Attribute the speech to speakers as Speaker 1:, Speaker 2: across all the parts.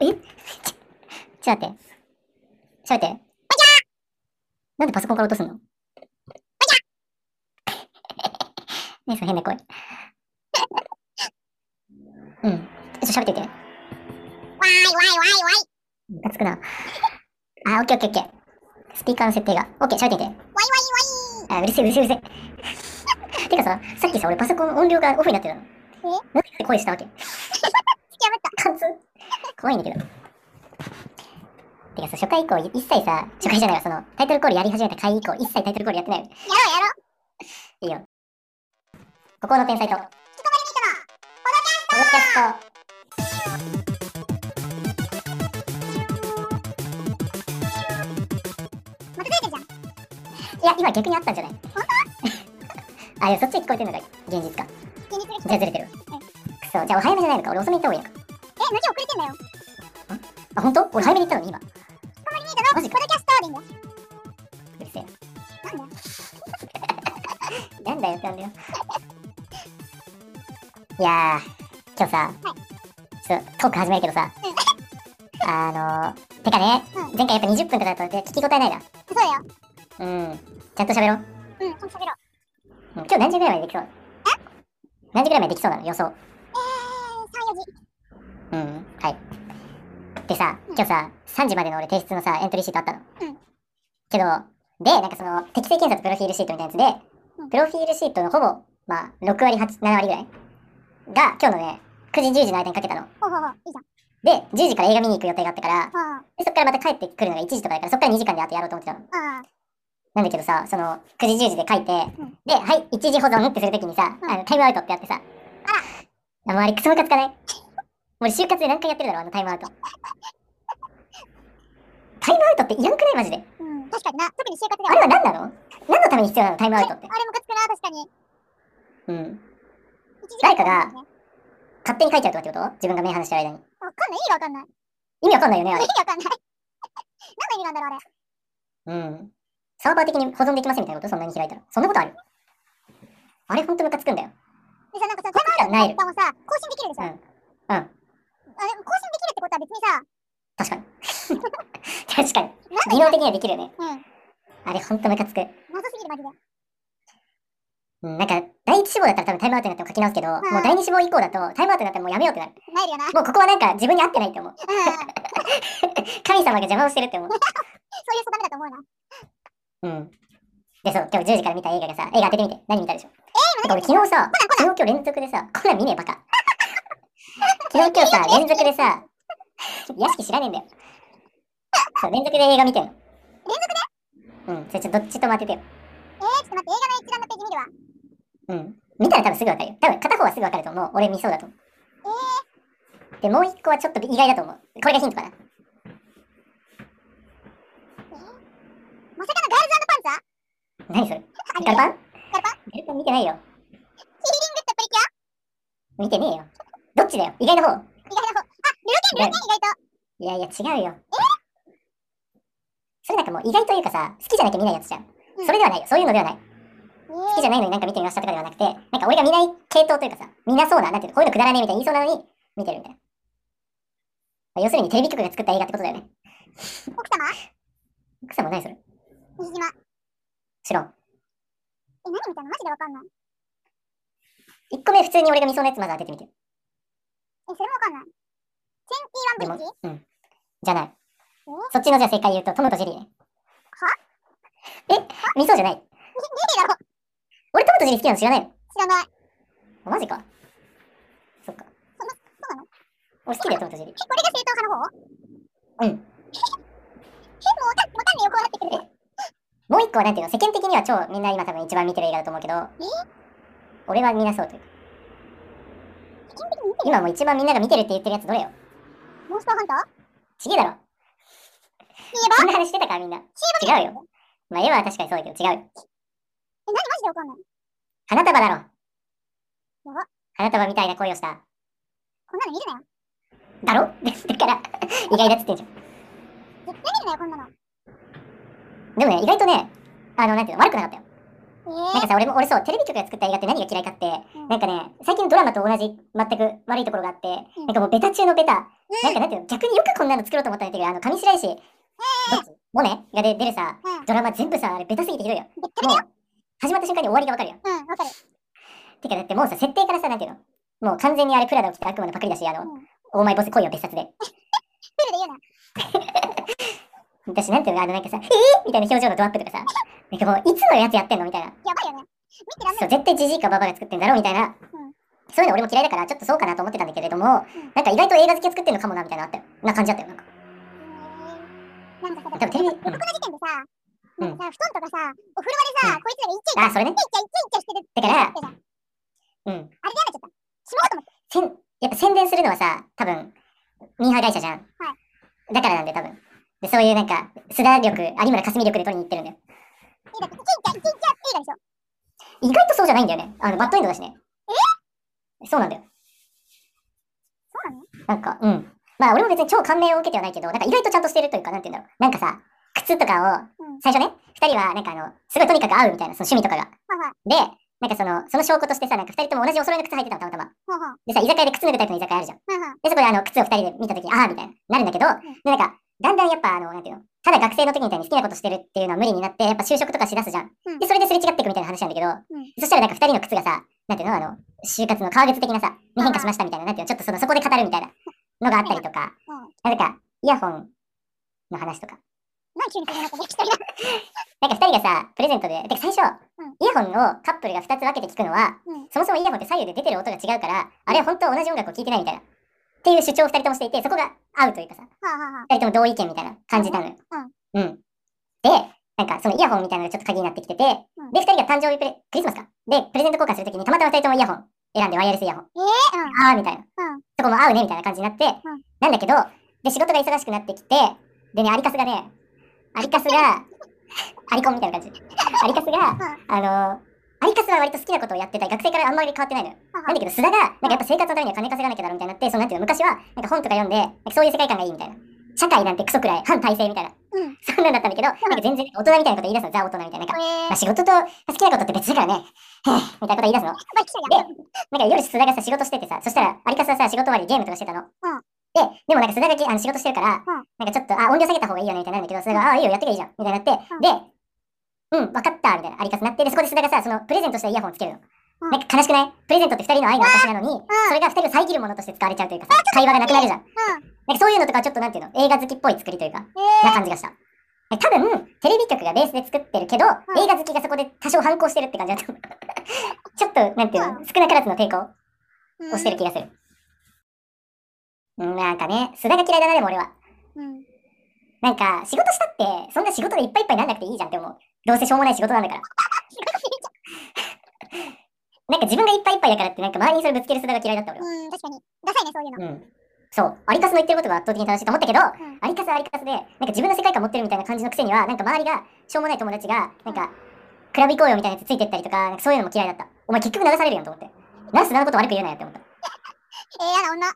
Speaker 1: えちょっと待って。ちょっと待って。なんでパソコンから落とすの何その変な声。うん。ちょっと喋ってて。
Speaker 2: わーいわーいわーいわーい
Speaker 1: ムカつくな。あ、オッケーオッケーオッケー。スピーカーの設定が。オッケー、喋ってて。あ、うるせえうるせえうるせえ。てかさ、さっきさ、俺パソコンの音量がオフになってたの。
Speaker 2: え
Speaker 1: なんで声したわけ
Speaker 2: 突き破った
Speaker 1: 貫通怖いんだけど。てかさ、初回以降、い一切さ、初回じゃないわ、その、タイトルコールやり始めた回以降、一切タイトルコールやってない。
Speaker 2: やろうやろう
Speaker 1: いいよ。ここの天才と。ポドキャストいや、
Speaker 2: また出てるじゃん
Speaker 1: 今逆にあったんじゃない本当 あ、いや、そっちに聞こえてるのが現実か。
Speaker 2: 現実
Speaker 1: じゃあずれてる。くそ、じゃあ俺早めじゃないのか。俺遅めに行った方がいいのか。
Speaker 2: え何遅れてんだよ
Speaker 1: あ、本当？俺早めに行ったのに今。う
Speaker 2: 代わりにだろ
Speaker 1: マ
Speaker 2: ポ
Speaker 1: ジ
Speaker 2: ドキ
Speaker 1: か
Speaker 2: ャスターでいいんだよ
Speaker 1: るせえ
Speaker 2: な
Speaker 1: な。な
Speaker 2: んだよ
Speaker 1: んだよってなんだよ。いやー、今日さ、ちょっとトーク始めるけどさ、あのー、てかね、
Speaker 2: う
Speaker 1: 前回やっぱ20分とかだったので聞き応えないな。
Speaker 2: そうだよ
Speaker 1: うん。ちゃんと喋ろう。うん
Speaker 2: うんちゃんと喋ろう
Speaker 1: 今日何時ぐらいまでできそう何時ぐらいまでできそうなの予想。
Speaker 2: え
Speaker 1: う
Speaker 2: ー、3、4時
Speaker 1: ん、はい。でさ、今日さ、3時までの俺提出のさ、エントリーシートあったの。
Speaker 2: うん
Speaker 1: けど、で、なんかその、適正検査とプロフィールシートみたいなやつ
Speaker 2: う
Speaker 1: で、
Speaker 2: ん
Speaker 1: プロフィールシートのほぼ、まあ、6割、8、7割ぐらいが、今日のね、9時、10時の間にかけたの。
Speaker 2: ほうほうほういいじゃん
Speaker 1: で、10時から映画見に行く予定があったから、
Speaker 2: ああ
Speaker 1: でそっからまた帰ってくるのが1時とかだから、そっから2時間であとやろうと思ってたの。
Speaker 2: ああ
Speaker 1: なんだけどさ、その、9時、10時で書いて、
Speaker 2: ん
Speaker 1: で、はい、1時保存ってするときにさ、
Speaker 2: うん
Speaker 1: あの、タイムアウトってやってさ、あら、あれクソムカつかない俺、就活で何回やってるだろ、あのタイムアウト。タイムアウトっていらんくないマジで。
Speaker 2: うん確かにな特に就活では
Speaker 1: あれは何なの何のために必要なのタイムアウトって
Speaker 2: あ。れムカつくな確かに
Speaker 1: うん。
Speaker 2: 一時間
Speaker 1: 誰かが
Speaker 2: わ
Speaker 1: 勝手に書いちゃうとかってこと自分が目離してる間に。
Speaker 2: かんない意味わかんない
Speaker 1: 意味わかんないよね、あ
Speaker 2: 意
Speaker 1: れ。
Speaker 2: 味わかんない何の意味なんだろうあれ
Speaker 1: うん。サーバー的に保存できますみたいなことそんなに開いたら。そんなことあるあれ、ほんとムカつくんだよ。
Speaker 2: でさなんかさ
Speaker 1: ほんとない
Speaker 2: 一般をさ更新できるでしょ
Speaker 1: うんうん
Speaker 2: あでも更新できるってことは別にさ
Speaker 1: 確かに。確かに。技能的にはできるよね。
Speaker 2: うん
Speaker 1: あれ、ほんとムカつく。
Speaker 2: 謎すぎるマジで
Speaker 1: うんなんか、第一志望だったら多分タイムアウトになっても書き直すけど、
Speaker 2: ん
Speaker 1: もう第二志望以降だとタイムアウトになってもうやめようってなる。
Speaker 2: なるよな
Speaker 1: もうここはなんか自分に合ってないって思う。
Speaker 2: うん
Speaker 1: 神様が邪魔をしてるって思う。
Speaker 2: そういう人ダメだと思う
Speaker 1: う
Speaker 2: な。
Speaker 1: ん。で、そう、今日10時から見た映画がさ、映画当ててみて。何見たでしょえなんか俺昨日さ、昨日今日連続でさ、こんなん見ねえバ カ。昨日今日さ、連続でさ、屋敷知らねえんだよ。そう、連続で映画見てんの。連続でうん、それちょっとどっちとも当ててよ。
Speaker 2: えー、ちょっと待って、映画の一覧のページ見るわ。
Speaker 1: うん。見たら多分すぐわかるよ。多分片方はすぐわかると思う。俺見そうだと思う。で、もう一個はちょっと意外だと思う。これがヒントかな。
Speaker 2: まさかのガールズパンツァー
Speaker 1: 何それガ
Speaker 2: あ
Speaker 1: ルパン
Speaker 2: ガルパン
Speaker 1: ガルパン見てないよ。
Speaker 2: ヒーリングってプリキュア
Speaker 1: 見てねえよ。どっちだよ意外な方。
Speaker 2: 意外な方。あ、ルーテン、ルーテン意外
Speaker 1: い
Speaker 2: と。
Speaker 1: やいや、違うよ。それなんかもう意外というかさ、好きじゃなきゃ見ないやつじゃん。
Speaker 2: うん
Speaker 1: それではないよ。そういうのではない。好き
Speaker 2: えー、
Speaker 1: じゃないのになんか見てみましたとかではなくて、なんか俺が見ない系統というかさ、見なそうな、なんていうの、こういうのくだらねえみたいに言いそうなのに、見てるみたいな。まあ要するにテレビ局が作った映画ってことだよね。
Speaker 2: 奥様
Speaker 1: 奥様ないそれ。
Speaker 2: 西島。
Speaker 1: 知らん。
Speaker 2: え、何見たのマジでわかんない。
Speaker 1: 1個目普通に俺が見そうなやつまず当ててみて。
Speaker 2: え、それもわかんない。
Speaker 1: で
Speaker 2: 21
Speaker 1: も
Speaker 2: ブ
Speaker 1: う
Speaker 2: リッジ、
Speaker 1: ん。じゃない。そっちのじゃあ正解言うと、トムとジェリーね。
Speaker 2: は
Speaker 1: え見そうじゃない。
Speaker 2: えだろ
Speaker 1: 俺トムとジェリー好きなの知らないの
Speaker 2: 知らない。
Speaker 1: あマジか。そっか。
Speaker 2: そんなそうなの
Speaker 1: 俺好きだよ、トムとジェリー。
Speaker 2: え、こ
Speaker 1: うん。
Speaker 2: れが正統派の方え、もうわかんわかんねえよ、こうなってくると。
Speaker 1: もう一個はなんていうの世間的には超みんな今多分一番見てる映画だと思うけど、俺はみんなそうというか、
Speaker 2: 基本的に見てる。
Speaker 1: 今もう一番みんなが見てるって言ってるやつどれよ
Speaker 2: モンスターハンター
Speaker 1: ちげえだろ。
Speaker 2: 見えば
Speaker 1: そんな話してたからみんな。違うよ。まあ絵は確かにそうだけど違うよ。
Speaker 2: え、何マジでわかんない。
Speaker 1: 花束だろ。
Speaker 2: やば
Speaker 1: 花束みたいな恋をした。
Speaker 2: こんなの見るな
Speaker 1: だろ
Speaker 2: よ。
Speaker 1: だから、意外だっつってんじゃん。
Speaker 2: 絶対見るなよ、こんなの。
Speaker 1: でもね、意外とね、あの、なんていうの、悪くなかったよ。なん
Speaker 2: え
Speaker 1: かさ、俺も、俺そう、テレビ局が作った映画って何が嫌いかって、
Speaker 2: うん
Speaker 1: なんかね、最近のドラマと同じ、全く悪いところがあって、
Speaker 2: うん
Speaker 1: なんかもうベタ中のベタ、
Speaker 2: う
Speaker 1: なん
Speaker 2: ん
Speaker 1: かなんていうの、逆によくこんなの作ろうと思ったんだけど、あの、上白石、どっちモネがで出るさ、
Speaker 2: うん
Speaker 1: ドラマ全部さ、あれベタすぎてひどいよ。
Speaker 2: べったり
Speaker 1: もう、始まった瞬間に終わりがわかるよ。
Speaker 2: うん、わかる。
Speaker 1: てか、だってもうさ、設定からさ、なんていうの、もう完全にあれプラダを着た悪魔のパクリだし、あの、
Speaker 2: うん
Speaker 1: オーマイボス恋を別冊で。
Speaker 2: フルで言うな。
Speaker 1: 私なんていうの、あのなんかさ、えー、みたいな表情のドアップとかさ、なんかもう、いつのやつやってんのみたいな。
Speaker 2: やばいよね。見てらんな
Speaker 1: そ、。
Speaker 2: いう
Speaker 1: 絶対ジジイかババアが作ってんだろうみたいな、
Speaker 2: ん
Speaker 1: そういうの俺も嫌いだから、ちょっとそうかなと思ってたんだけれども、
Speaker 2: ん
Speaker 1: なんか意外と映画好きを作ってんのかもな、みたいなのあったよ。な感じだったよ、なんか。
Speaker 2: へーなんか
Speaker 1: 多
Speaker 2: さ、
Speaker 1: 分テレビ、うん、
Speaker 2: この時点でさ、
Speaker 1: うん
Speaker 2: なんかさ、布団とかさ、お風呂場でさ、こいつらがイチャイチャ
Speaker 1: あ、それね。
Speaker 2: イチャイチャイチャしてるって
Speaker 1: だから
Speaker 2: 言ってたじゃん
Speaker 1: うん。
Speaker 2: あれでやめちゃった。しまおうと思って。
Speaker 1: せんやっぱ宣伝するのはさ、多分、ミーハー会社じゃん。
Speaker 2: は
Speaker 1: だからなんで、多分。で、そういうなんか、須田力、有村架純力で取りに行ってるんだよ。
Speaker 2: いいだって、イチャイチャイチャイチャって言う
Speaker 1: 意
Speaker 2: でしょ。
Speaker 1: 外とそうじゃないんだよね。あの、バッドエンドだしね。えそうなんだよ。
Speaker 2: そうなの
Speaker 1: なんか、うん。まあ、俺も別に超感銘を受けてはないけど、なんか意外とちゃんとしてるというか、なんて言うんだろう。なんかさ、靴とかを
Speaker 2: うん、
Speaker 1: 最初ね、二人はなんかあの、すごいとにかく合うみたいな、その趣味とかが。
Speaker 2: はいはい。
Speaker 1: で、なんかその、その証拠としてさ、なんか二人とも同じお揃いの靴履いてたの、たまたま。
Speaker 2: ほうほう。
Speaker 1: でさ、居酒屋で靴脱ぐタイプの居酒屋あるじゃん。
Speaker 2: はいはい。
Speaker 1: で、そこであの、靴を二人で見たときに、ああみたいになるんだけど、で、なんか、だんだんやっぱあの、なんていうの、ただ学生の時みたいに好きなことしてるっていうのは無理になって、やっぱ就職とかしだすじゃん。
Speaker 2: うん
Speaker 1: で、それですれ違っていくみたいな話なんだけど、
Speaker 2: うん
Speaker 1: そしたらなんか二人の靴がさ、なんていうの、あの、就活の革靴的なさ、に変化しましたみたいな、なんていうの、ちょっとその、そこで語るみたいなのがあったりとか、なんか、イヤホンの話とか。
Speaker 2: 何急にそんなことできてるな。
Speaker 1: なんか二人がさ、プレゼントで、てか最初、
Speaker 2: うん
Speaker 1: イヤホンをカップルが二つ分けて聞くのは、
Speaker 2: うん
Speaker 1: そもそもイヤホンって左右で出てる音が違うから、あれは本当は同じ音楽を聴いてないみたいな。っていう主張を二人ともしていて、そこが合うというかさ、
Speaker 2: はあはあはあ。
Speaker 1: 二人とも同意見みたいな感じなのよ。うん。で、なんかそのイヤホンみたいなのがちょっと鍵になってきてて、
Speaker 2: うん
Speaker 1: で、二人が誕生日プレ、クリスマスか。で、プレゼント交換するときにたまたま二人ともイヤホン選んでワイヤレスイヤホン。
Speaker 2: え、うん。
Speaker 1: あーみたいな。
Speaker 2: うん
Speaker 1: そこも合うねみたいな感じになって、
Speaker 2: ん
Speaker 1: なんだけど、で、仕事が忙しくなってきて、でね、アリカスがね、アリカス が、アリコンみたいな感じ。アリカスが、あのーアリカスは割と好きなことをやってたり学生からあんまり変わってないのよ。
Speaker 2: はい
Speaker 1: なんだけど、須田が、なんかやっぱ生活のためには金稼がなきゃだろみたいになって、そのなんていうの、昔は、なんか本とか読んで、なんかそういう世界観がいいみたいな。社会なんてクソくらい、反体制みたいな。
Speaker 2: うん
Speaker 1: そんなんだったんだけど、なんか全然大人みたいなこと言い出すの、ザ大人みたいな。なんか、
Speaker 2: え
Speaker 1: まあ、仕事と好きなことって別だからね、へぇみたいなこと言い出すの。
Speaker 2: まあ、来た
Speaker 1: で
Speaker 2: じゃん。、
Speaker 1: なんか夜須田がさ、仕事しててさ、そしたら、有笠さんさ、仕事終わりゲームとかしてたの。
Speaker 2: うん
Speaker 1: で、でもなんか須田がげあの仕事してるから、
Speaker 2: う
Speaker 1: なん
Speaker 2: ん
Speaker 1: かちょっと、あ、音量下げた方がいいよね、みたいになるんだけど、須田が、あ、いいよ、やってけばいいじゃん、みたいになって、
Speaker 2: うん
Speaker 1: で、うん、わかった、みたいな、有笠なって、で、そこで須田がさ、その、プレゼントしたイヤホンつけるの。
Speaker 2: うん
Speaker 1: なんか悲しくないプレゼントって二人の愛の証なのに、それが二人を遮るものとして使われちゃうというかさ、会話がなくなるじゃん。なんかそういうのとかちょっとなんていうの、映画好きっぽい作りというか、
Speaker 2: え
Speaker 1: な感じがした。多分、テレビ局がベースで作ってるけど、
Speaker 2: ん
Speaker 1: 映画好きがそこで多少反抗してるって感じだと思う。 ちょっと、なんていうの、
Speaker 2: う
Speaker 1: 少なからずの抵抗
Speaker 2: うん。
Speaker 1: をしてる気がする。うん、なんかね、須田が嫌いだな、でも俺は。
Speaker 2: うん。
Speaker 1: なんか、仕事したって、そんな仕事でいっぱいいっぱいになんなくていいじゃんって思う。どうせしょうもない仕事なんだから。 なんか自分がいっぱいいっぱいだからって、なんか周りにそれぶつける須田が嫌いだった俺は。
Speaker 2: うん、確かに。ダサいね、そういうの。
Speaker 1: うん。そう、アリカスの言ってることが圧倒的に正しいと思ったけど、
Speaker 2: ん
Speaker 1: アリカスはアリカスで、なんか自分の世界観持ってるみたいな感じのくせには、なんか周りが、しょうもない友達が、なんか、クラブ行こうよみたいなやつついてったりとか、なんかそういうのも嫌いだった。お前結局流されるやんと思って。なんで須田のこと悪く言うなよって思った。
Speaker 2: えー、やな女。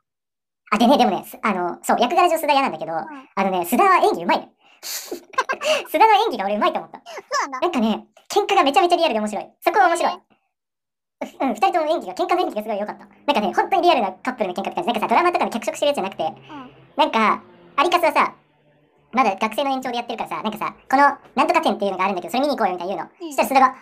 Speaker 1: あ、でね、でもね、すあの、そう、役柄上須田嫌なんだけど、あのね、須田は演技うまいね。 須田の演技が俺うまいと思った。
Speaker 2: そうなん
Speaker 1: な
Speaker 2: だ。
Speaker 1: んかね、喧嘩がめちゃめちゃリアルで面白い。そこは面白い。うん、二人とも演技が、喧嘩の演技がすごい良かった。なんかね、本当にリアルなカップルの喧嘩って感じ。なんかさ、ドラマとかの脚色してるやつじゃなくて、なんか、アリカスはさ、まだ学生の延長でやってるからさ、なんかさ、この、なんとか展っていうのがあるんだけど、それ見に行こうよみたいな言うの。
Speaker 2: うん
Speaker 1: そしたら須田が、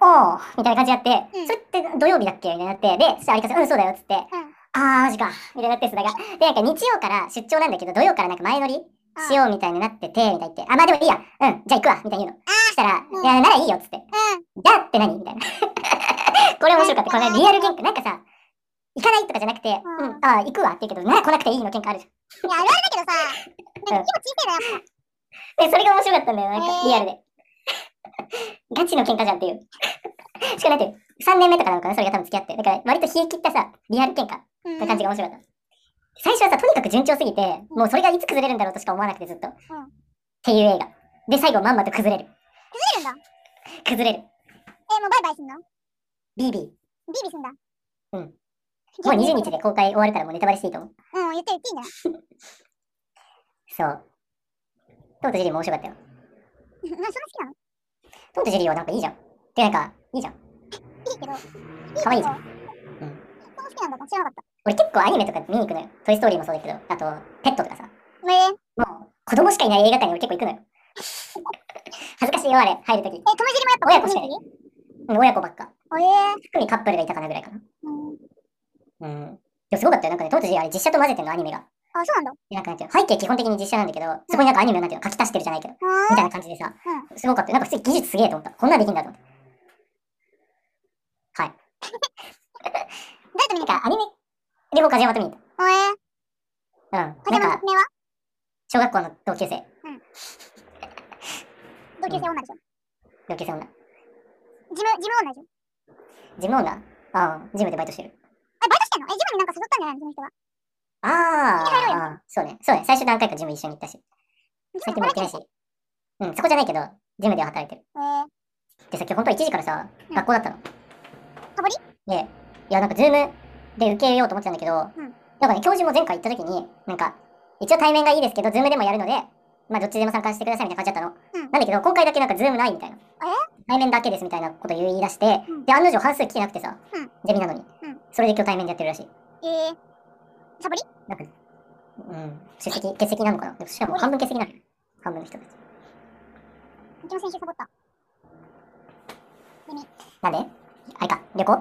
Speaker 1: お、おーみたいな感じになって、
Speaker 2: うん
Speaker 1: それって土曜日だっけみたいになって、で、そしたらアリカスが、うん、そうだよっつって、あー、マジか、みたいになって須田が。で、なんか日曜から出張なんだけど、土曜からなんか前乗りしようみたいになってて、みたいに言って、あ、まあでもいいや、うん、じゃあ行くわ、みたいに言うの。そしたら、
Speaker 2: うん
Speaker 1: いやならいいよっつって、
Speaker 2: うん。
Speaker 1: じゃあって何みたいな。 これ面白かった。このリアル喧嘩、なんかさ、行かないとかじゃなくて、
Speaker 2: う
Speaker 1: うんん、あー行くわって言うけど、なら来なくていいの喧嘩あるじ
Speaker 2: いや、あるあるだけどさ、なんか規模小さいな、やっぱ。
Speaker 1: ゃん。で、 それが面白かったんだよ、なんか
Speaker 2: へー
Speaker 1: リアルで。 ガチの喧嘩じゃんっていう。 しかもなんて、3年目とかなのかな、それが多分付き合って。だから割と冷え切ったさ、リアル喧嘩。
Speaker 2: うん
Speaker 1: な感じが面白かった。最初はさ、とにかく順調すぎて、もうそれがいつ崩れるんだろうとしか思わなくてずっと。っていう映画。で、最後まんまと崩れる。
Speaker 2: 出るんだ。
Speaker 1: 崩れる。
Speaker 2: え、もうバイバイすんの
Speaker 1: BB。
Speaker 2: ビビすんだ。
Speaker 1: うん
Speaker 2: も
Speaker 1: もう20日で公開終わるからもうネタバレしていいと思う。
Speaker 2: うん、言って言っていいんだよ。
Speaker 1: そう。トムとジェリーも面白かったよ。
Speaker 2: うんそんな好きなの
Speaker 1: トムとジェリーはなんかいいじゃん。てなんか、いいじゃん。
Speaker 2: いいけど。
Speaker 1: 可愛いじゃん
Speaker 2: ん。そんな好きなんだか知らなかっ
Speaker 1: 俺結構アニメとか見に行くのよ。トイ・ストーリーもそうだけど、あと、ペットとかさ。
Speaker 2: た。えー、え、
Speaker 1: もう、子供しかいない映画館に俺結構行くのよ。恥ずかしいよ、あれ、入るとき。
Speaker 2: 友尻もやっぱ
Speaker 1: 親子しかいない
Speaker 2: 友
Speaker 1: うん親子ばっか。
Speaker 2: 尻え
Speaker 1: 特にカップルがいたかなぐらいかな。
Speaker 2: ー、うん。
Speaker 1: うん。でもすごかったよ。なんかね、当時あれ実写と混ぜてんの、アニメが。
Speaker 2: あ、そうなんだ。
Speaker 1: でなんかなんていうの背景基本的に実写なんだけど、そこになんかアニメをなんていうの書き足してるじゃないけど、み
Speaker 2: あ
Speaker 1: たいな感じでさ、すごかったよ。なんか普通に技術すげえと思った。こんなんできんだと思って。なん
Speaker 2: ー、誰と見に行っ
Speaker 1: かアニメ、で僕は梶山と見に行った
Speaker 2: えー、
Speaker 1: た。うん。
Speaker 2: 小
Speaker 1: なん
Speaker 2: 山の
Speaker 1: か、
Speaker 2: 説明は
Speaker 1: 小学校の同級生、
Speaker 2: 同級生女でしょ。
Speaker 1: 同級生女。
Speaker 2: ジム、ジム女でしょ。
Speaker 1: ジム女ああ、ジムでバイトしてる。
Speaker 2: あ、バイトしてんのえ、ジムになんか誘ったんじゃないのその人は。
Speaker 1: ああ、そうね。そうね。最終段階からジム一緒に行ったし、
Speaker 2: ジ
Speaker 1: 最近
Speaker 2: ム
Speaker 1: も行ってないし。うん、そこじゃないけど、ジムでは働いてる。
Speaker 2: えー、
Speaker 1: でさ、今日本当1時からさ、
Speaker 2: うん
Speaker 1: 学校だったの。
Speaker 2: サボり
Speaker 1: で、いや、なんか、ズームで受けようと思ってたんだけど、
Speaker 2: うん
Speaker 1: なんかね、教授も前回行った時に、なんか、一応対面がいいですけど、ズームでもやるので、まあ、どっちでも参加してくださいみたいな感じだったの。
Speaker 2: うん
Speaker 1: なんだけど、今回だけなんか、ズームないみたいな。対面だけですみたいなこと言い出して、
Speaker 2: うん
Speaker 1: で、案の定半数来てなくてさ、
Speaker 2: うん
Speaker 1: ゼミなのに、
Speaker 2: うん
Speaker 1: それで今日対面でやってるらしい。
Speaker 2: えー、サボり
Speaker 1: うん。出席、欠席なのかなでもしかも半分欠席なのよ半分の人たち。
Speaker 2: うちの先週サボった。
Speaker 1: なんであれか、旅行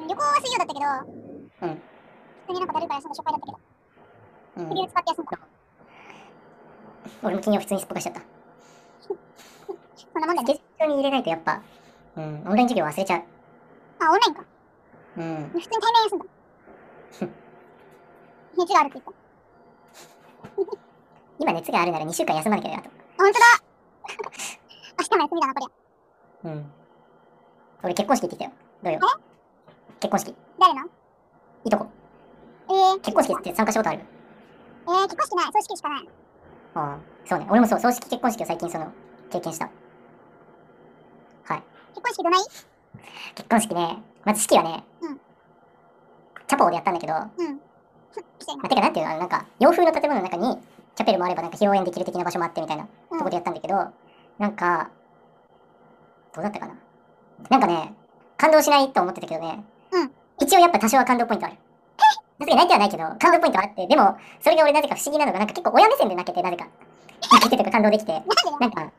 Speaker 2: 旅行は水曜だったけど、
Speaker 1: うん。
Speaker 2: 普通になんかだるいからその初回だったけど、
Speaker 1: う
Speaker 2: 首を
Speaker 1: ん。
Speaker 2: 使って休んだ。
Speaker 1: 俺も金曜普通にすっぽかしちゃった。
Speaker 2: そんなもんだ
Speaker 1: スケ
Speaker 2: よね。
Speaker 1: ジュールに入れないとやっぱ、うん、オンライン授業忘れちゃう。
Speaker 2: あ、オンラインか。
Speaker 1: うん。
Speaker 2: 普通に対面休んだ。 熱があるって言った。
Speaker 1: 今熱があるなら2週間休まなきゃだと。
Speaker 2: 本当だ 明日も休みだな、こりゃ。
Speaker 1: うん。俺結婚式行ってきたよ。どうよ。結婚式。
Speaker 2: 誰の
Speaker 1: いとこ。
Speaker 2: えー、
Speaker 1: 結婚式って参加したことある
Speaker 2: えー、結婚式ない。葬式しかない。
Speaker 1: ああ、そうね。俺もそう、葬式結婚式を最近その、経験した。
Speaker 2: 結婚式どない
Speaker 1: 結婚式ね、まず式はね、
Speaker 2: うん
Speaker 1: チャポでやったんだけど、あ、
Speaker 2: してんの
Speaker 1: てかなんていうの、あのなんか、洋風の建物の中に、チャペルもあればなんか披露宴できる的な場所もあってみたいなと
Speaker 2: うん
Speaker 1: こでやったんだけど、なんか、どうだったかな。なんかね、感動しないと思ってたけどね、
Speaker 2: うん
Speaker 1: 一応やっぱ多少は感動ポイントある。なぜか泣いてはないけど、感動ポイントはあって、でも、それが俺なぜか不思議なのが、なんか結構親目線で泣けて、なぜか。泣けてというか感動できて、
Speaker 2: なんでだよ
Speaker 1: なんか、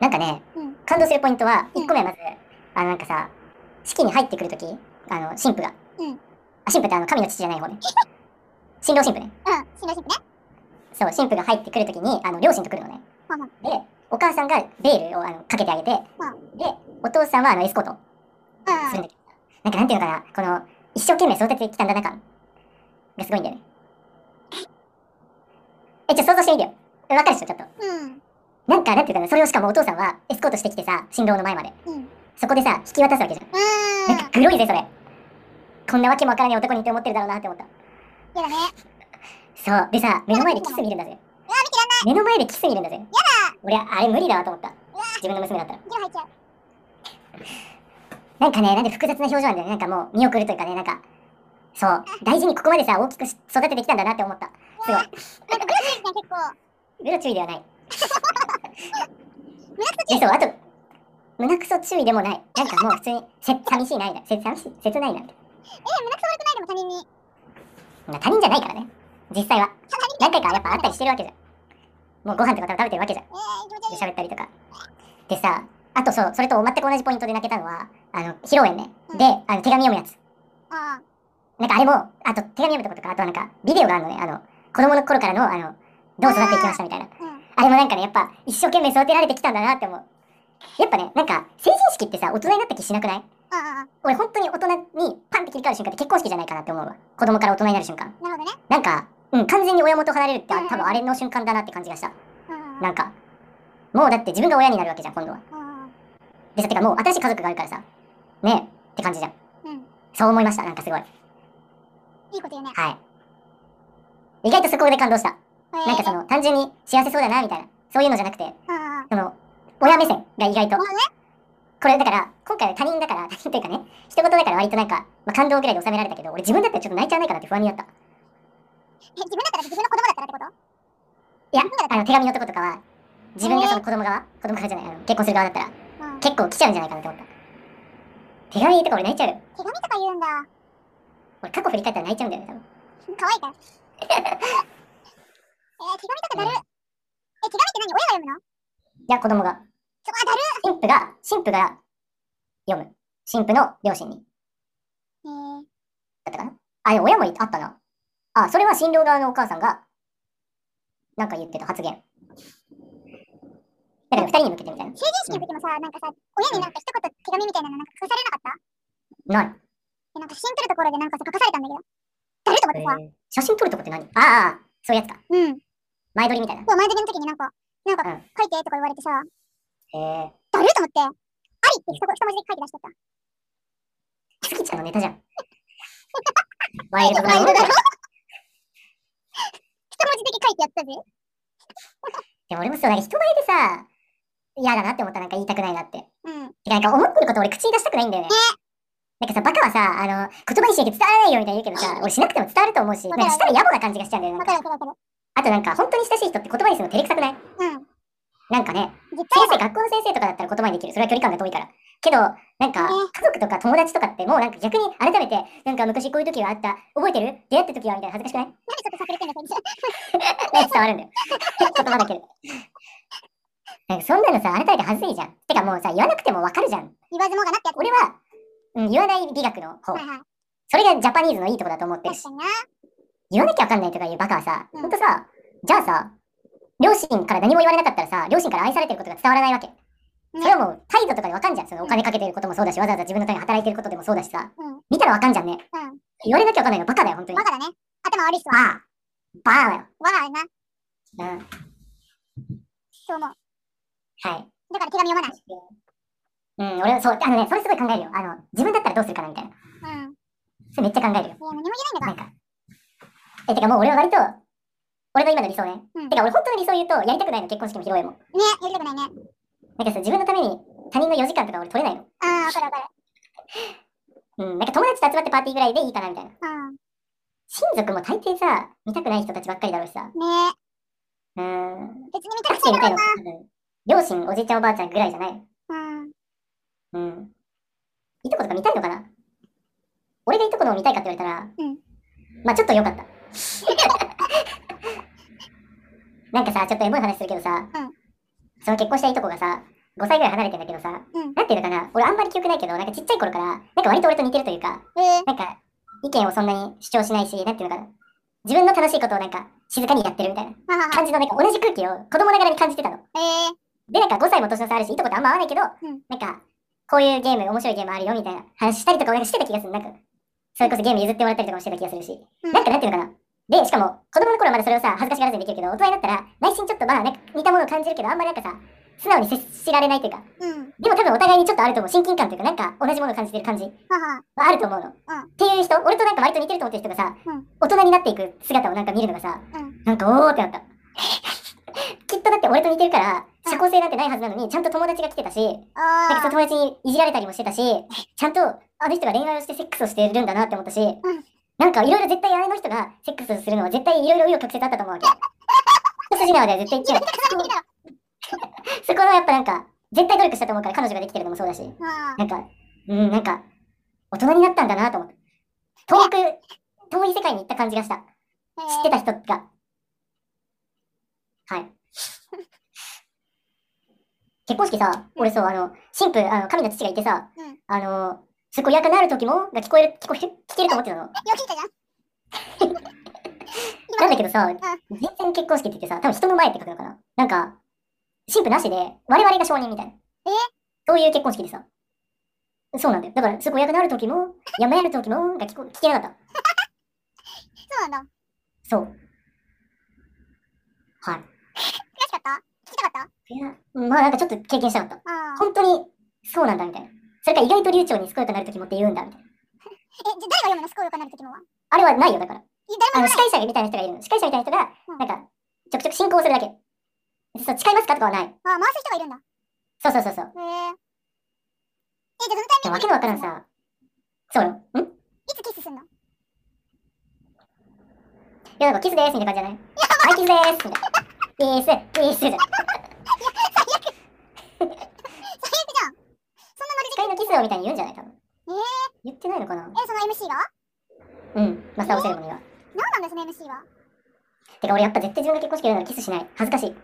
Speaker 1: なんかね、
Speaker 2: うん
Speaker 1: 感動するポイントは、
Speaker 2: うん
Speaker 1: 1個目はまず、あの、なんかさ、式に入ってくるとき、あの、神父が。
Speaker 2: うん
Speaker 1: あ、神父ってあの、神の父じゃない方 ね。新郎神父ね。
Speaker 2: うん、新郎新婦ね。
Speaker 1: そう、神父が入ってくるときに、あの、両親と来るのね。
Speaker 2: うんうん
Speaker 1: で、お母さんがベールをあのかけてあげて、
Speaker 2: う
Speaker 1: で、お父さんはあの、エスコート
Speaker 2: うん
Speaker 1: するんだけど、なんかなんていうのかな、この、一生懸命育ててきたんだな感がすごいんだよね。え、ちょ、想像してみてよ。わかるでしょ、ちょっと。
Speaker 2: うん。うん。
Speaker 1: なんか、なんていうかな、それをしかもお父さんはエスコートしてきてさ、新郎の前まで。
Speaker 2: うん。
Speaker 1: そこでさ、引き渡すわけじゃん。
Speaker 2: うーん。
Speaker 1: なんか、グロいぜ、それ。こんなわけもわからない男にって思ってるだろうなって思った。
Speaker 2: やだね。
Speaker 1: そう。でさ、目の前でキス見るんだぜ。目の前でキス見るんだぜ。やだ俺、あれ無理だわと思った。自分の娘だったら。
Speaker 2: ギル入っちゃう。
Speaker 1: なんかね、なんで複雑な表情なんだよね。なんかもう、見送るというかね、なんか、そう。大事にここまでさ、大きくし育ててきたんだなって思った。すごい。
Speaker 2: なんかグラスみたいな結構。
Speaker 1: グロ注意では ない。胸くそ注意そう、あと、胸くそ注意でもない。なんかもう普通に、せ寂しいないな。せ寂しい、切ないな。
Speaker 2: え、胸くそ悪くないでも他人に。
Speaker 1: まあ他人じゃないからね。実際は。何回かやっぱ会ったりしてるわけじゃん。もうご飯とか多分食べてるわけじゃん。
Speaker 2: えー、気持ち
Speaker 1: で喋
Speaker 2: 悪い。
Speaker 1: ったりとか。でさ、あとそう、それと全く同じポイントで泣けたのは、あの、披露宴ね。
Speaker 2: うん
Speaker 1: で、あの、手紙読むやつ。
Speaker 2: あ
Speaker 1: なんかあれも、あと手紙読むとことか、あとはなんか、ビデオがあるのね。あの、子供の頃からの、あの、どう育っていきましたみたいな。
Speaker 2: ーうん。
Speaker 1: あれもなんかね、やっぱ、一生懸命育てられてきたんだなって思う。やっぱね、なんか、成人式ってさ、大人になった気しなくない
Speaker 2: ああ、
Speaker 1: 俺本当に大人にパンって切り替わる瞬間って結婚式じゃないかなって思うわ。子供から大人になる瞬間。
Speaker 2: なるほどね。
Speaker 1: なんか、うん、完全に親元離れるって
Speaker 2: うんうん
Speaker 1: 多分あれの瞬間だなって感じがした。
Speaker 2: うん。
Speaker 1: なんか、もうだって自分が親になるわけじゃん、今度は。
Speaker 2: うん。
Speaker 1: でさ、てかもう新しい家族があるからさ、ねえって感じじゃん。
Speaker 2: うん
Speaker 1: そう思いました、なんかすごい。
Speaker 2: いいこと言うね。
Speaker 1: はい。意外とそこで感動した。
Speaker 2: え
Speaker 1: なん
Speaker 2: ー
Speaker 1: かその、単純に幸せそうだな、みたいな。そういうのじゃなくて、
Speaker 2: うんうん。
Speaker 1: その、親目線が意外と
Speaker 2: ごめんね。
Speaker 1: これだから、今回は他人だから、他 人というかね、一言だから割となんか、まあ、感動ぐらいで収められたけど、俺自分だったらちょっと泣いちゃわないかなって不安になった。
Speaker 2: え自分だったら自分の子供だったらってこと
Speaker 1: いや、あの手紙のとことかは、自分がその子供側、子供側じゃない、あの結婚する側だったら、
Speaker 2: うん。
Speaker 1: 結構来ちゃうんじゃないかなって思った。手紙とか俺泣いちゃうよ。
Speaker 2: 手紙とか言うんだ。
Speaker 1: 俺過去振り返ったら泣いちゃうんだよね、多分。
Speaker 2: 可愛いから。えー、手紙とかだる。え、手紙って何親が読むの
Speaker 1: いや、子供が。
Speaker 2: そこはだる。
Speaker 1: 神父が、神父が読む。神父の両親に。
Speaker 2: え
Speaker 1: だ
Speaker 2: ー、
Speaker 1: ったかなあ、でも親もいあったな。あ、それは新郎側のお母さんが、なんか言ってた発言。なんかね二人に向けてみたいな。
Speaker 2: 成人式の時もさ、なんかさ、親になんか一言手紙みたいなのなんか書かされなかった
Speaker 1: ない。
Speaker 2: でなんか写真撮るところでなんかさ、書かされたんだけど。だると思ってさ、
Speaker 1: えー写真撮るとこって何ああああ、そういうやつか。
Speaker 2: うん。
Speaker 1: 前撮りみたいな。へ
Speaker 2: そう、前時の時になんか、なんか
Speaker 1: うん
Speaker 2: 書いてとか言われてさ、
Speaker 1: え
Speaker 2: だると思って、ありって一言一文字で書いて出してた。
Speaker 1: ー。月ちゃんのネタじゃん。ワイルド な
Speaker 2: ワイル
Speaker 1: の
Speaker 2: ドだろ一文字だけ書いてやったぜ。
Speaker 1: でも俺もそう、なんか人前でさ、嫌だなって思ったなんか言いたくないなって。
Speaker 2: うん。
Speaker 1: てか、なんか思ってること俺口に出したくないんだよね。なんかさ、バカはさ、あの、言葉にしなきゃ伝わらないよみたいに言うけどさ、俺しなくても伝わると思うし、なんかしたら野暮な感じがしちゃうんだよね。
Speaker 2: わ
Speaker 1: なん
Speaker 2: か
Speaker 1: か
Speaker 2: るわかるわか
Speaker 1: あとなんか、本当に親しい人って言葉にするの照れくさくない
Speaker 2: る。うん。
Speaker 1: なんかね、
Speaker 2: 絶対
Speaker 1: 先
Speaker 2: や
Speaker 1: 生、
Speaker 2: だ
Speaker 1: 学校の先生とかだったら言葉にできる。それは距離感が遠いから。けど、なんか、
Speaker 2: ね
Speaker 1: 家族とか友達とかってもうなんか逆に改めて、なんか昔こういう時はあった、覚えてる出会った時はみたいな恥ずかしくない
Speaker 2: 何ちょっとさくれてん だよ、先生。
Speaker 1: なんか伝わ るんだよ。言葉だけで。なんかそんなのさ、改めて恥ずいじゃん。てかもうさ、言わなくてもわかるじゃん。
Speaker 2: 言わずもがなってやつ。
Speaker 1: 俺は、うん、言わない美学の方
Speaker 2: は。いはい。
Speaker 1: それがジャパニーズのいいとこだと思ってる
Speaker 2: 確
Speaker 1: し
Speaker 2: か、にな。
Speaker 1: 言わなきゃわかんないとかいうバカはさ、
Speaker 2: うん
Speaker 1: ほんとさ、じゃあさ、両親から何も言われなかったらさ、両親から愛されてることが伝わらないわけ。それはもう態度とかでわかんじゃん。そのお金かけてることもそうだし、わざわざ自分のために働いてることでもそうだしさ、
Speaker 2: うん
Speaker 1: 見たらわかんじゃんね。
Speaker 2: うん
Speaker 1: 言われなきゃわかんないのバカだよ、本当に。
Speaker 2: バカだね。頭悪いっすわ。
Speaker 1: バー。バーだよ。
Speaker 2: わがな。
Speaker 1: うん。はい。
Speaker 2: そう思う。だから手紙読まない。
Speaker 1: うん、俺はそう、あのね、それすごい考えるよ。あの、自分だったらどうするかなみたいな。
Speaker 2: うん。
Speaker 1: それめっちゃ考えるよ。
Speaker 2: いや、何も言え
Speaker 1: な
Speaker 2: ないんだ
Speaker 1: んか。え、てかもう俺は割と、俺の今の理想ね。
Speaker 2: うん
Speaker 1: てか俺本当の理想言うと、やりたくないの、結婚式も披露宴も。
Speaker 2: ね、やりたくないね。
Speaker 1: なんかさ、自分のために他人の4時間とか俺取れないの。
Speaker 2: ああ、わかるわかる。
Speaker 1: うん、なんか友達と集まってパーティーぐらいでいいかなみたいな。
Speaker 2: うん。
Speaker 1: 親族も大抵さ、見たくない人たちばっかりだろうしさ。
Speaker 2: ね
Speaker 1: うーん。
Speaker 2: 別に見た
Speaker 1: タ
Speaker 2: く
Speaker 1: クシーみ
Speaker 2: な
Speaker 1: たい
Speaker 2: い
Speaker 1: の
Speaker 2: だろ
Speaker 1: 多分両親、おじいちゃん、おばあちゃんぐらいじゃない。
Speaker 2: うな。うん。
Speaker 1: うん。いとことか見たいのかな俺がいとこのを見たいかって言われたら、
Speaker 2: うん
Speaker 1: まあちょっとよかった。 なんかさ、ちょっとエモい話するけどさ、
Speaker 2: うん
Speaker 1: その結婚したいとこがさ、5歳ぐらい離れてんだけどさ、
Speaker 2: うん
Speaker 1: なんていうのかな、俺あんまり記憶ないけど、なんかちっちゃい頃から、なんか割と俺と似てるというか、
Speaker 2: えー、
Speaker 1: なんか意見をそんなに主張しないし、なんていうのかな、自分の楽しいことをなんか静かにやってるみたいな
Speaker 2: ははは。
Speaker 1: 感じの、なんか同じ空気を子供ながらに感じてたの。
Speaker 2: えー、
Speaker 1: で、なんか5歳も年の差あるし、いとことあんま合わないけど、
Speaker 2: ん
Speaker 1: なんか、こういうゲーム、面白いゲームあるよみたいな話したりとか、俺がしてた気がする。なんか、それこそゲーム譲ってもらったりとかもしてた気がするし、
Speaker 2: うん
Speaker 1: なんかなんていうのかな。で、しかも、子供の頃はまだそれをさ、恥ずかしがらずにできるけど、大人になったら、内心ちょっとまあ、なんか似たものを感じるけど、あんまりなんかさ、素直に接しられないというか、
Speaker 2: うん。
Speaker 1: でも多分お互いにちょっとあると思う、親近感というか、なんか同じものを感じてる感じは
Speaker 2: はは。
Speaker 1: あると思うの。っていう人、俺となんか割と似てると思ってる人がさ、
Speaker 2: うん
Speaker 1: 大人になっていく姿をなんか見るのがさ、
Speaker 2: うん
Speaker 1: なんかおーってなった。 きっとだって俺と似てるから、社交性なんてないはずなのに、ちゃんと友達が来てたし、なんかそ
Speaker 2: あ
Speaker 1: の友達にいじられたりもしてたし、ちゃんとあの人が恋愛をしてセックスをしてるんだなって思ったし、
Speaker 2: ん
Speaker 1: なんかいろいろ絶対あの人がセックスをするのは絶対いろいろ紆余曲折あったと思う わけ。一筋縄では絶対言ってない。そこのやっぱなんか、絶対努力したと思うから彼女ができてるのもそうだし、
Speaker 2: あ。はあ。
Speaker 1: なんか、うん、なんか、大人になったんだなと思って。遠く、遠い世界に行った感じがした。
Speaker 2: え
Speaker 1: 知っ
Speaker 2: ー
Speaker 1: てた人が。 はい。結婚式さ、俺そう、あの、神父、あの、神の父がいてさ、
Speaker 2: うん
Speaker 1: あの、すごい嫌くなる時も、が聞こえる、聞こえる、聞けると思ってたの。
Speaker 2: よく 聞いたじゃん。
Speaker 1: なんだけどさ、全然結婚式って言ってさ、多分人の前って書くのかな。なんか、神父なしで、我々が証人みたいな。
Speaker 2: え
Speaker 1: そういう結婚式でさ。そうなんだよ。だから、すごい嫌くなる時も、やめる時も、が聞こ聞けなかった。
Speaker 2: そうなんだ。
Speaker 1: そう。はい。
Speaker 2: 悔しかった聞きたかっ
Speaker 1: いや、まあなんかちょっと経験したかった。
Speaker 2: たああ。
Speaker 1: 本当にそうなんだみたいな。それか意外と流暢に健やかなるときもって言うんだみたいな。
Speaker 2: え、じゃあ誰が読むのすごいよくなるときもは。
Speaker 1: あれはないよ、だから。
Speaker 2: い
Speaker 1: あ
Speaker 2: 誰も
Speaker 1: の
Speaker 2: 読
Speaker 1: 司会者みたいな人がいるの。司会者みたいな人が
Speaker 2: うん、
Speaker 1: なんか、ちょくちょく進行するだけ。そう、誓いますかとかはない。
Speaker 2: まない。ああ、回す人がいるんだ。
Speaker 1: そうそうそうそう。
Speaker 2: えー。え、じゃ
Speaker 1: で
Speaker 2: あそのタイミングで
Speaker 1: もわけのわからんさ。そうよ。んい
Speaker 2: いつキスすんの
Speaker 1: や、なんかキスでーすみたいな感じじゃないはい、キスでーすみたい な。キス、キスじゃん。
Speaker 2: 最悪じゃん。そんなノリで
Speaker 1: 誓いのキスをみたいに言うんじゃない多分。
Speaker 2: え
Speaker 1: 言ってないのかな
Speaker 2: え、その MC が
Speaker 1: うん、マサオセレモニーは。
Speaker 2: 何なんですね、MC は。
Speaker 1: てか俺やっぱ絶対自分が結婚式やるならキスしない。恥ずかしい。ね。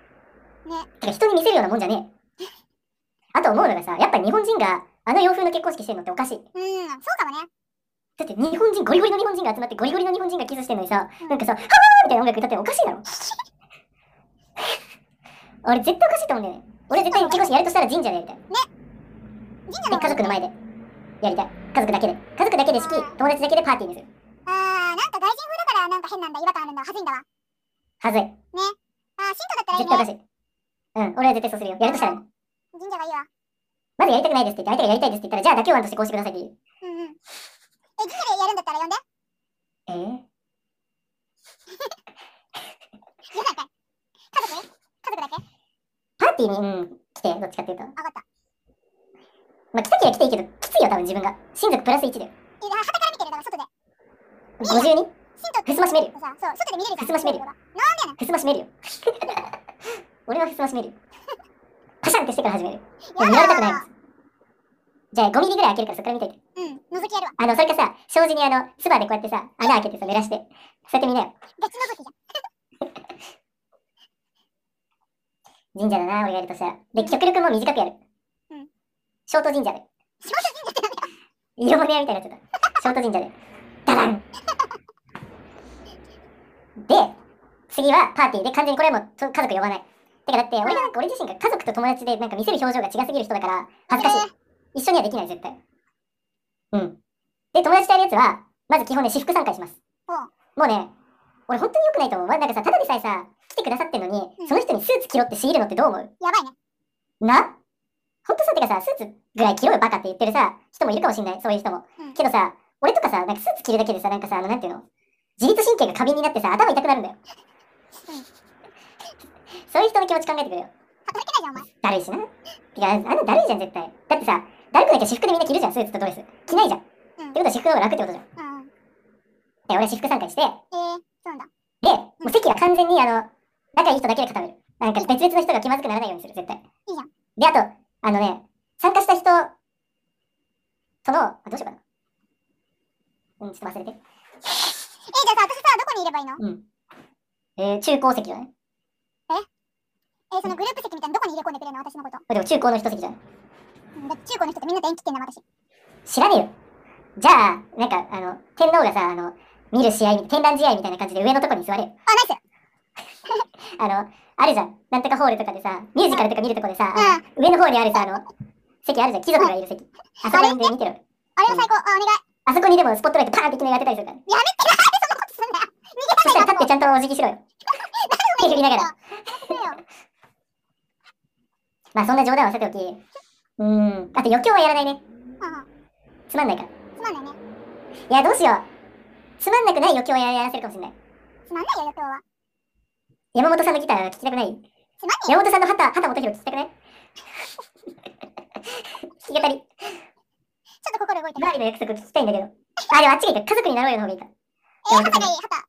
Speaker 1: てか人に見せるようなもんじゃねえ。あと思うのがさ、やっぱ日本人があの洋風の結婚式してるのっておかしい。
Speaker 2: うーん、そうかもね。
Speaker 1: だって日本人、ゴリゴリの日本人が集まってゴリゴリの日本人がキスしてんのにさ、
Speaker 2: うん
Speaker 1: なんかさ、ハワーみたいな音楽歌ってるのおかしいだろ。 俺絶対おかしいと思うんだよね。俺絶対結婚式やるとしたら神社でやりたい。
Speaker 2: 神社
Speaker 1: で、
Speaker 2: の
Speaker 1: 家族の前でやりたい。家族だけで。家族だけで式、友達だけでパーティーにする。
Speaker 2: あー、なんか外人風だからなんか変なんだ、違和感あるんだ、はずいんだわ。
Speaker 1: はずい。
Speaker 2: あー、神道だったらいい
Speaker 1: 絶対おか
Speaker 2: ね。
Speaker 1: しい。うん、俺は絶対そうするよ。やるとしたら、
Speaker 2: 神社がいいわ。
Speaker 1: まずやりたくないですって言って、相手がやりたいですって言ったら、じゃあ妥協案としてこうしてくださいって言う。
Speaker 2: うんうん。え、神社でやるんだったら呼んで。
Speaker 1: えー
Speaker 2: 予算かい。家族家族だけ
Speaker 1: パーティーに、うん、来て、どっちかっていうと。
Speaker 2: わかった。
Speaker 1: まあ、来たきは来ていいけど、きついよ、多分自分が。親族プラス1だよ。
Speaker 2: え、はたから見てる、だから外で。
Speaker 1: 52?
Speaker 2: 神道って
Speaker 1: ふすま閉めるよ。
Speaker 2: さ、そう、外で見れるじゃん。
Speaker 1: ふすま閉めるよふすま閉めるよ。 俺はふすま閉めるよ。パシャンってしてから始めるよ。でも見られたくないもんじゃあ5ミリぐらい開けるからそこから見といて。
Speaker 2: うん、覗きやるわ。
Speaker 1: あの、それかさ、障子にあの、つばでこうやってさ、穴開けてさ、濡らして。そうやって見なよ。
Speaker 2: ガチ覗きじゃ
Speaker 1: 神
Speaker 2: ん。
Speaker 1: 社だな、俺がやるとしたら。で、極力もう短くやる。
Speaker 2: うん。
Speaker 1: ショート神社で。
Speaker 2: 仕事神社ってなんだよ。
Speaker 1: 色物屋みたいになっちゃった。ショート神社で。ダダンで、次はパーティーで、完全にこれはもうちょ家族呼ばない。てかだって俺がなんか俺自身が家族と友達でなんか見せる表情が違すぎる人だから恥ずかしい。一緒にはできない絶対。うん。で、友達とやるやつは、まず基本ね、私服参加します。
Speaker 2: ほう
Speaker 1: もうね、俺本当に良くないと思う。まなんかさ、ただでさえさ、来てくださってんの
Speaker 2: うん
Speaker 1: に、その人にスーツ着ろって強いるのってどう思う
Speaker 2: やばいね。
Speaker 1: なほんとさ、てかさ、スーツぐらい着ろよバカって言ってるさ、人もいるかもしんない、そういう人も。
Speaker 2: うん
Speaker 1: けどさ、俺とかさ、なんかスーツ着るだけでさ、なんかさ、あの、なんていうの自律神経が過敏になってさ、頭痛くなるんだよ。
Speaker 2: うん
Speaker 1: そういう人の気持ち考えてくれよ。
Speaker 2: 働けないじゃん、お前。
Speaker 1: だるいしな。てか、あんなだるいじゃん、絶対。だってさ、だるくなきゃ私服でみんな着るじゃん、スーツとドレス。着ないじゃん。
Speaker 2: うん
Speaker 1: ってことは私服の方が楽ってことじゃん。で、
Speaker 2: うん。
Speaker 1: 俺は私服参加して、
Speaker 2: えー、そうなんだ。
Speaker 1: で、もう席は完全にあの、仲いい人だけで固める。なんか別々の人が気まずくならないようにする、絶対。
Speaker 2: いいじゃん
Speaker 1: で、あと、あのね、参加した人との、あ、どうしようかな。うん、ちょっと忘れて。
Speaker 2: えー、じゃあさ、私さ、どこにいればいいの
Speaker 1: うん。えー、中高席じゃない
Speaker 2: えー、そのグループ席みたいなどこに入れ込んでくれるの私のこと。
Speaker 1: でも中高の一席じゃない
Speaker 2: うんだって中高の人ってみんな電気ってんだ、私。
Speaker 1: 知らねえよ。じゃあ、なんか、あの、天皇がさ、あの、見る試合、天覧試合みたいな感じで上のとこに座れよ。
Speaker 2: あ、ナイス。
Speaker 1: あの、あるじゃん。なんとかホールとかでさ、ミュージカルとか見るとこでさ、あ
Speaker 2: うん。
Speaker 1: の上の方にあるさ、あの、席あるじゃん。貴族がいる席。あそこで見てろ。
Speaker 2: あれは最高。あ、お願い。
Speaker 1: あそこにでもスポットライトパーンっていきなり当てたりするから。
Speaker 2: やめて、なん でそんなことすんだよ。
Speaker 1: そしたら立ってちゃんとお辞儀しろよ。手振りながら。
Speaker 2: くれよ。
Speaker 1: まあそんな冗談はさておき。うーん。あと余興はやらないね。
Speaker 2: うんうん。
Speaker 1: つまんないから。
Speaker 2: つまんないね。
Speaker 1: いや、どうしよう。つまんなくない余興をやらせるかもしれない。
Speaker 2: つまんないよ、今日は。
Speaker 1: 山本さんのギター聞きたくない
Speaker 2: つまんねえよ。
Speaker 1: 山本さんの畑畑元博聞きたくない 聞き語り。
Speaker 2: ちょっと心動いて
Speaker 1: ひまわ
Speaker 2: る。
Speaker 1: りの約束聞きたいんだけど。あ、でもあっちがいいか。家族になろうよの方がいいか。
Speaker 2: えー、旗がいい、旗。だっ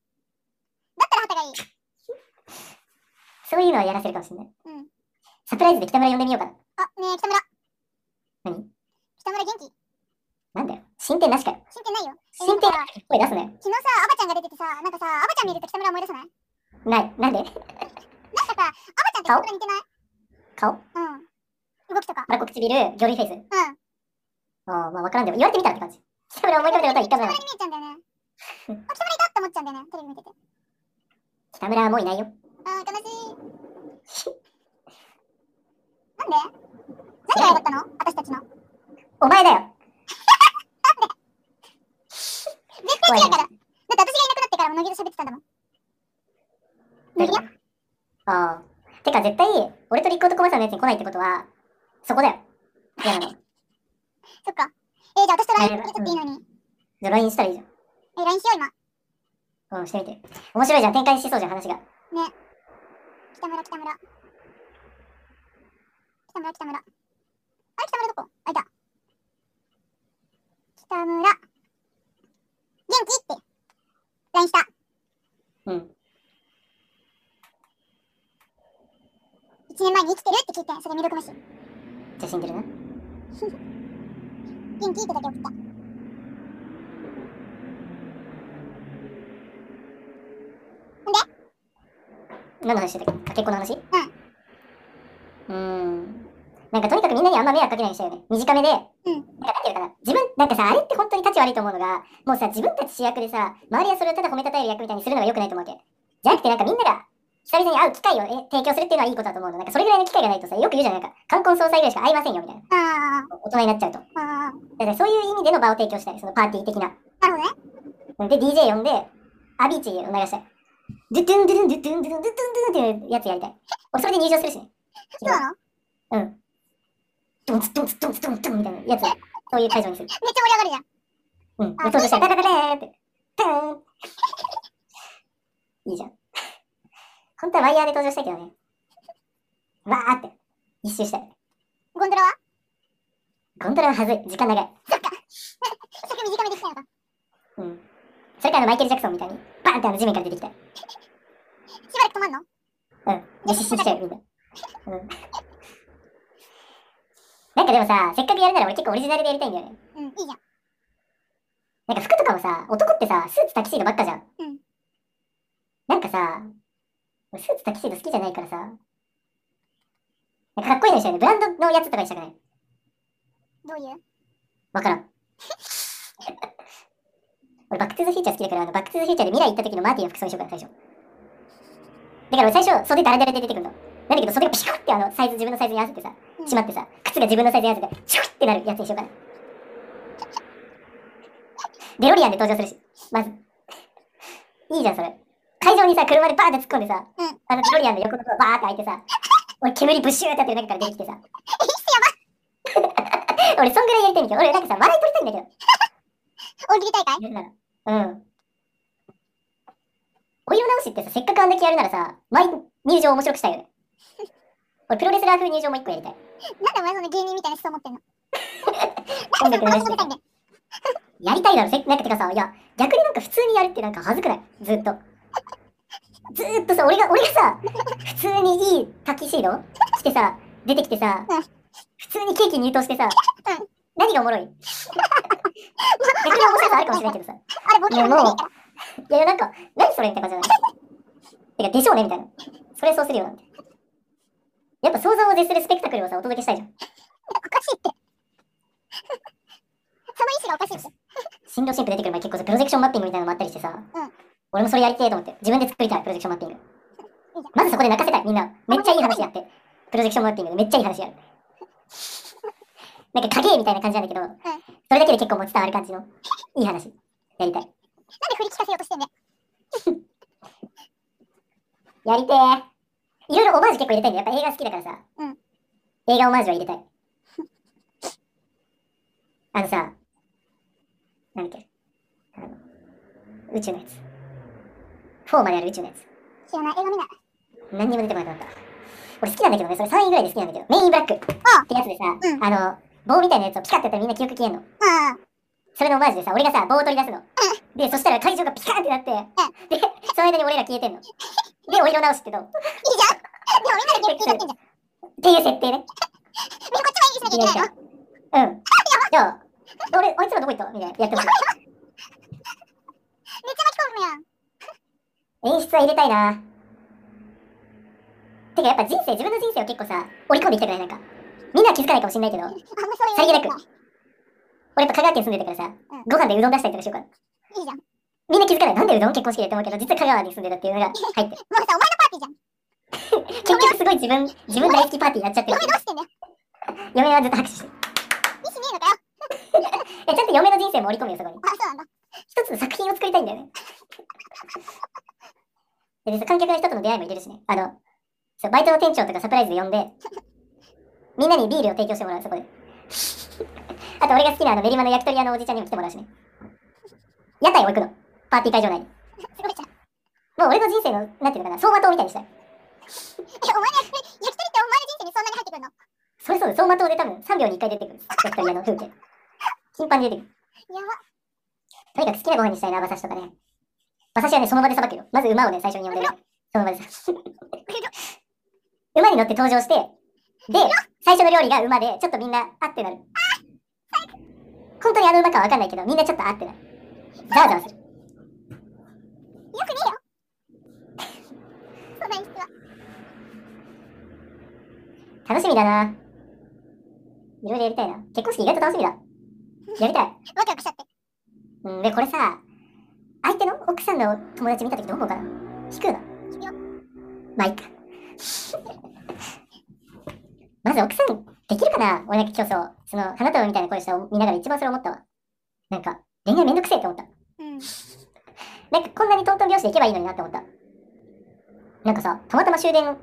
Speaker 2: たら旗がいい。
Speaker 1: そういうのはやらせるかもしれない。
Speaker 2: うん
Speaker 1: サプライズで北村呼んでみようかな。
Speaker 2: あ、ねえ、北村。
Speaker 1: 何
Speaker 2: 北村元気
Speaker 1: なんだよ。進展なしかよ。
Speaker 2: 進展ないよ。え
Speaker 1: 進展
Speaker 2: なんかさ
Speaker 1: 声出すなよ。
Speaker 2: 昨日さ、アバちゃんが出ててさ、なんかさ、アバちゃん見ると北村思い出さない
Speaker 1: ない。なんで
Speaker 2: なんかさ、アバちゃんって北村似てない
Speaker 1: 顔
Speaker 2: うん。動きとか。
Speaker 1: 腹こ唇、魚類フェイス。
Speaker 2: うん。
Speaker 1: ああ、まあ分からんでも、言われてみたらって感じ。北村思い浮かべたことは一回もない。
Speaker 2: 北村に見えちゃうんだよ ね。あ、北村いたって思っちゃうんだよね、テレビ見てて。
Speaker 1: 北村はもういないよ。
Speaker 2: あー、悲しい。 なんで何が嫌だったの私たちの。
Speaker 1: お前だよ。
Speaker 2: 絶対違うから。だって私がいなくなってからも乃木と喋ってたんだもん。乃木よ
Speaker 1: ああ。てか絶対、俺と立候とコマさんのやつに来ないってことは、そこだよ。いや、あの、じ
Speaker 2: そっか。えー、じゃあ私と LINE
Speaker 1: うん
Speaker 2: 入れちゃっていいのに。
Speaker 1: ゃあ LINE したらいいじ
Speaker 2: えー、LINE しよう、今。
Speaker 1: ゃん。うん、してみて。面白いじゃん。展開しそうじゃん、話が。
Speaker 2: 北村、北村。北村、北村。あれ、北村どこあ、いた。北村。元気って。LINE した。
Speaker 1: うん。
Speaker 2: 1年前に生きてるって聞いて、それ未読無視。
Speaker 1: じゃあ死んでるな。
Speaker 2: 元気ってだけ送った。
Speaker 1: 何の話してたっけかけっこの話うん。ん。なんかとにかくみんなにあんま迷惑かけないようにしたいよね。短めで。
Speaker 2: うん
Speaker 1: なんかなんていうのかな。自分、なんかさ、あれって本当に立ち悪いと思うのが、もうさ、自分たち主役でさ、周りはそれをただ褒めたたえる役みたいにするのが良くないと思うわけ。じゃなくてなんかみんなが久々に会う機会をえ提供するっていうのはいいことだと思うの。なんかそれぐらいの機会がないとさ、よく言うじゃん。なんか、冠婚葬祭ぐらいしか会いませんよみたいな。
Speaker 2: あ
Speaker 1: 大人になっちゃうと。
Speaker 2: あ、ああ、
Speaker 1: だからそういう意味での場を提供したい。そのパーティー的な。
Speaker 2: なるほどね。
Speaker 1: で、DJ 呼んで、アビーチを流したい。ドゥドゥンドゥドゥンドゥドゥンドゥドゥンドゥドゥンっていうやつやりたい。俺それで入場するしね。
Speaker 2: そうなの
Speaker 1: うん。ドンツドンツドンツドンツドンみたいなやつ。そういう会場にする。
Speaker 2: めっちゃ盛り上がるじゃん。
Speaker 1: うん。で、
Speaker 2: あ
Speaker 1: 登場して、ダダダダーって。ダーンいいじゃん。本当はワイヤーで登場したいけどね。わーって。一周したい。
Speaker 2: ゴンドラは
Speaker 1: ゴンドラははずい。時間長い。
Speaker 2: 尺短めできたのか。
Speaker 1: うん。それからあのマイケル・ジャクソンみたいに、バーンってあの地面から出てきたい。
Speaker 2: しばらく止まんの
Speaker 1: うん。で、失神しちゃうよ、みんな。うん。なんかでもさ、せっかくやるなら俺結構オリジナルでやりたいんだよね。
Speaker 2: うん、いいじゃん。
Speaker 1: なんか服とかもさ、男ってさ、スーツタキシードばっかじゃん。
Speaker 2: うん
Speaker 1: なんかさ、俺スーツタキシード好きじゃないからさ、なんかかっこいいのにしたいね。ブランドのやつとかにしたくない。
Speaker 2: どう いう
Speaker 1: わからん。 俺バックトゥーザフューチャー好きだから、あのバックトゥーザフューチャーで未来行った時のマーティンの服装にしようかな、最初。だから俺最初、袖ダラダラで出てくるの。なんだけど、袖がピシコってあの、サイズ、自分のサイズに合わせてさ、
Speaker 2: うん
Speaker 1: しまってさ、靴が自分のサイズに合わせて、シュッってなるやつにしようかな。デロリアンで登場するし、まず。いいじゃん、それ。会場にさ、車でバーって突っ込んでさ、
Speaker 2: うん
Speaker 1: あのデロリアンの横のドアバーって開いてさ、俺煙ブシューってやってる中から出てきてさ。俺、そんぐらいやりたいんだけど、俺なんかさ、笑い取りたいんだけど。
Speaker 2: 大喜利大会
Speaker 1: やるなら。うん。お色直しってさ、せっかくあんだけやるならさ、毎入場面白くした いよね。俺、プロレスラー風入場も一個やりたい。
Speaker 2: なんでお前そんな芸人みたいな思想持ってんの
Speaker 1: 音
Speaker 2: なんで
Speaker 1: 楽流
Speaker 2: そんな話
Speaker 1: し
Speaker 2: して
Speaker 1: て
Speaker 2: たいんで。
Speaker 1: やりたいだろ、せなんかてかさ、いや、逆になんか普通にやるってなんか恥ずくないずっと。ずーっとさ、俺が、俺がさ、普通にいいタキシード着てさ、出てきてさ
Speaker 2: うん、
Speaker 1: 普通にケーキ入刀してさ
Speaker 2: うん、
Speaker 1: 何 がおもろい逆に面白さあるかもしれないけどさ。
Speaker 2: あれボケるのじゃないから。
Speaker 1: いやいや、なんか、何それみたいな感じじゃないてか、でしょうねみたいな。それそうするよなんて。やっぱ想像を絶するスペクタクルをさ、お届けしたいじゃん。
Speaker 2: おかしいって。その意思がおかしいって。
Speaker 1: 新郎新婦出てくる前結構さ、プロジェクションマッピングみたいなのもあったりしてさ、
Speaker 2: うん
Speaker 1: 俺もそれやりてえと思って、自分で作りたい、プロジェクションマッピング
Speaker 2: いいじ。
Speaker 1: まずそこで泣かせたい、みんな。めっちゃいい話やって。プロジェクションマッピングでめっちゃいい話やる。なんか影みたいな感じなんだけど、それだけで結構もう伝わる感じの、いい話。やりたい。
Speaker 2: なんで振り聞かせようとしてんだよ。
Speaker 1: やりてーいろいろオマージュ結構入れたいんだよやっぱ映画好きだからさ。
Speaker 2: うん
Speaker 1: 映画オマージュは入れた い。あのさ、なんだっけ。あの、宇宙のやつ。4まである宇宙のやつ。
Speaker 2: 知らない。映画見ない。
Speaker 1: 何にも出てこなくなった。俺好きなんだけどね、それ3位ぐらいで好きなんだけど、メインブラックって
Speaker 2: あ
Speaker 1: やつでさ、
Speaker 2: うん
Speaker 1: あの、棒みたいなやつをピカってやったらみんな記憶消えんの。
Speaker 2: ああ、
Speaker 1: それのオマージュでさ、俺がさ、棒を取り出すの。で、そしたら会場がピカーってなって、で、その間に俺ら消えてんの。で、お色直しってどう
Speaker 2: でもみんなで芸人やってんじゃん。
Speaker 1: っていう設定ね。
Speaker 2: みんなこっちが演技しなきゃいけないの。
Speaker 1: うん。じゃあ、俺、あいつらどこ行ったみたいな。やってます。
Speaker 2: めっちゃ巻き込むやん。
Speaker 1: 演出は入れたいな。てか、やっぱ人生、自分の人生を結構さ、織り込んでいきたくないなんか。みんなは気づかないかもしれないけど、俺
Speaker 2: あんまそういうのいいんだ。
Speaker 1: やっぱ香川県住んでたからさ、
Speaker 2: うん
Speaker 1: ご飯でうどん出したりとかしようかな。
Speaker 2: いいじゃん。も
Speaker 1: みんな気づかない。なんでうどん結婚式でやって思うけど、実は香川に住んでたっていうの が入ってる。
Speaker 2: うさ、お前のパーティーじゃん。
Speaker 1: 結局すごい自分、自分大好きパーティーやっちゃってる
Speaker 2: 嫁。どうしてんだよ。
Speaker 1: 嫁はずっと拍手してる。
Speaker 2: 意思ねえのかよ。
Speaker 1: いや、ちゃんと嫁の人生も織り込むよ、そこに。
Speaker 2: あ、そうなんだ。
Speaker 1: 一つの作品を作りたいんだよね。 で、別に観客の人との出会いも入れるしね。あの、そうバイトの店長とかサプライズで呼んで、みんなにビールを提供してもらう、そこで。 あと、俺が好きなあの練馬の焼き鳥屋のおじちゃんにも来てもらうしね。屋台を行くの。パーティー会場内に。
Speaker 2: すごいじゃん。
Speaker 1: もう俺の人生の、なんていうのかな、走馬灯みたいにしたい。
Speaker 2: え、お前の焼き鳥、焼き鳥ってお前の人生にそんなに入ってくるの
Speaker 1: それそうです、走馬灯で多分3秒に1回出てくる。焼き鳥屋の風景。頻繁に出てくる。
Speaker 2: やば。
Speaker 1: とにかく好きなご飯にしたいな、馬刺しとかね。馬刺しはね、その場でさばくよ。まず馬をね、最初に呼んでね。その場でさ。馬に乗って登場して、で、最初の料理が馬で、ちょっとみんな、あってなる。本当にあの馬かはわかんないけど、みんなちょっとあってなる。ざわざわする。よくねえよ。
Speaker 2: そうだ、演出は。
Speaker 1: 楽しみだな。いろいろやりたいな。結婚式意外と楽しみだ。やりたい。
Speaker 2: ワクワクしちゃって。
Speaker 1: うん、で、これさ、相手の奥さんの友達見たときどう思うかな引くの
Speaker 2: 引くよ
Speaker 1: まあ、いいか。 まず奥さん、できるかな俺だけ競争。その、花束みたいな声したを見ながら一番それ思ったわ。なんか、恋愛めんどくせえって思った。
Speaker 2: うん。
Speaker 1: なんか、こんなにトントン拍子で行けばいいのになって思った。なんかさ、たまたま終電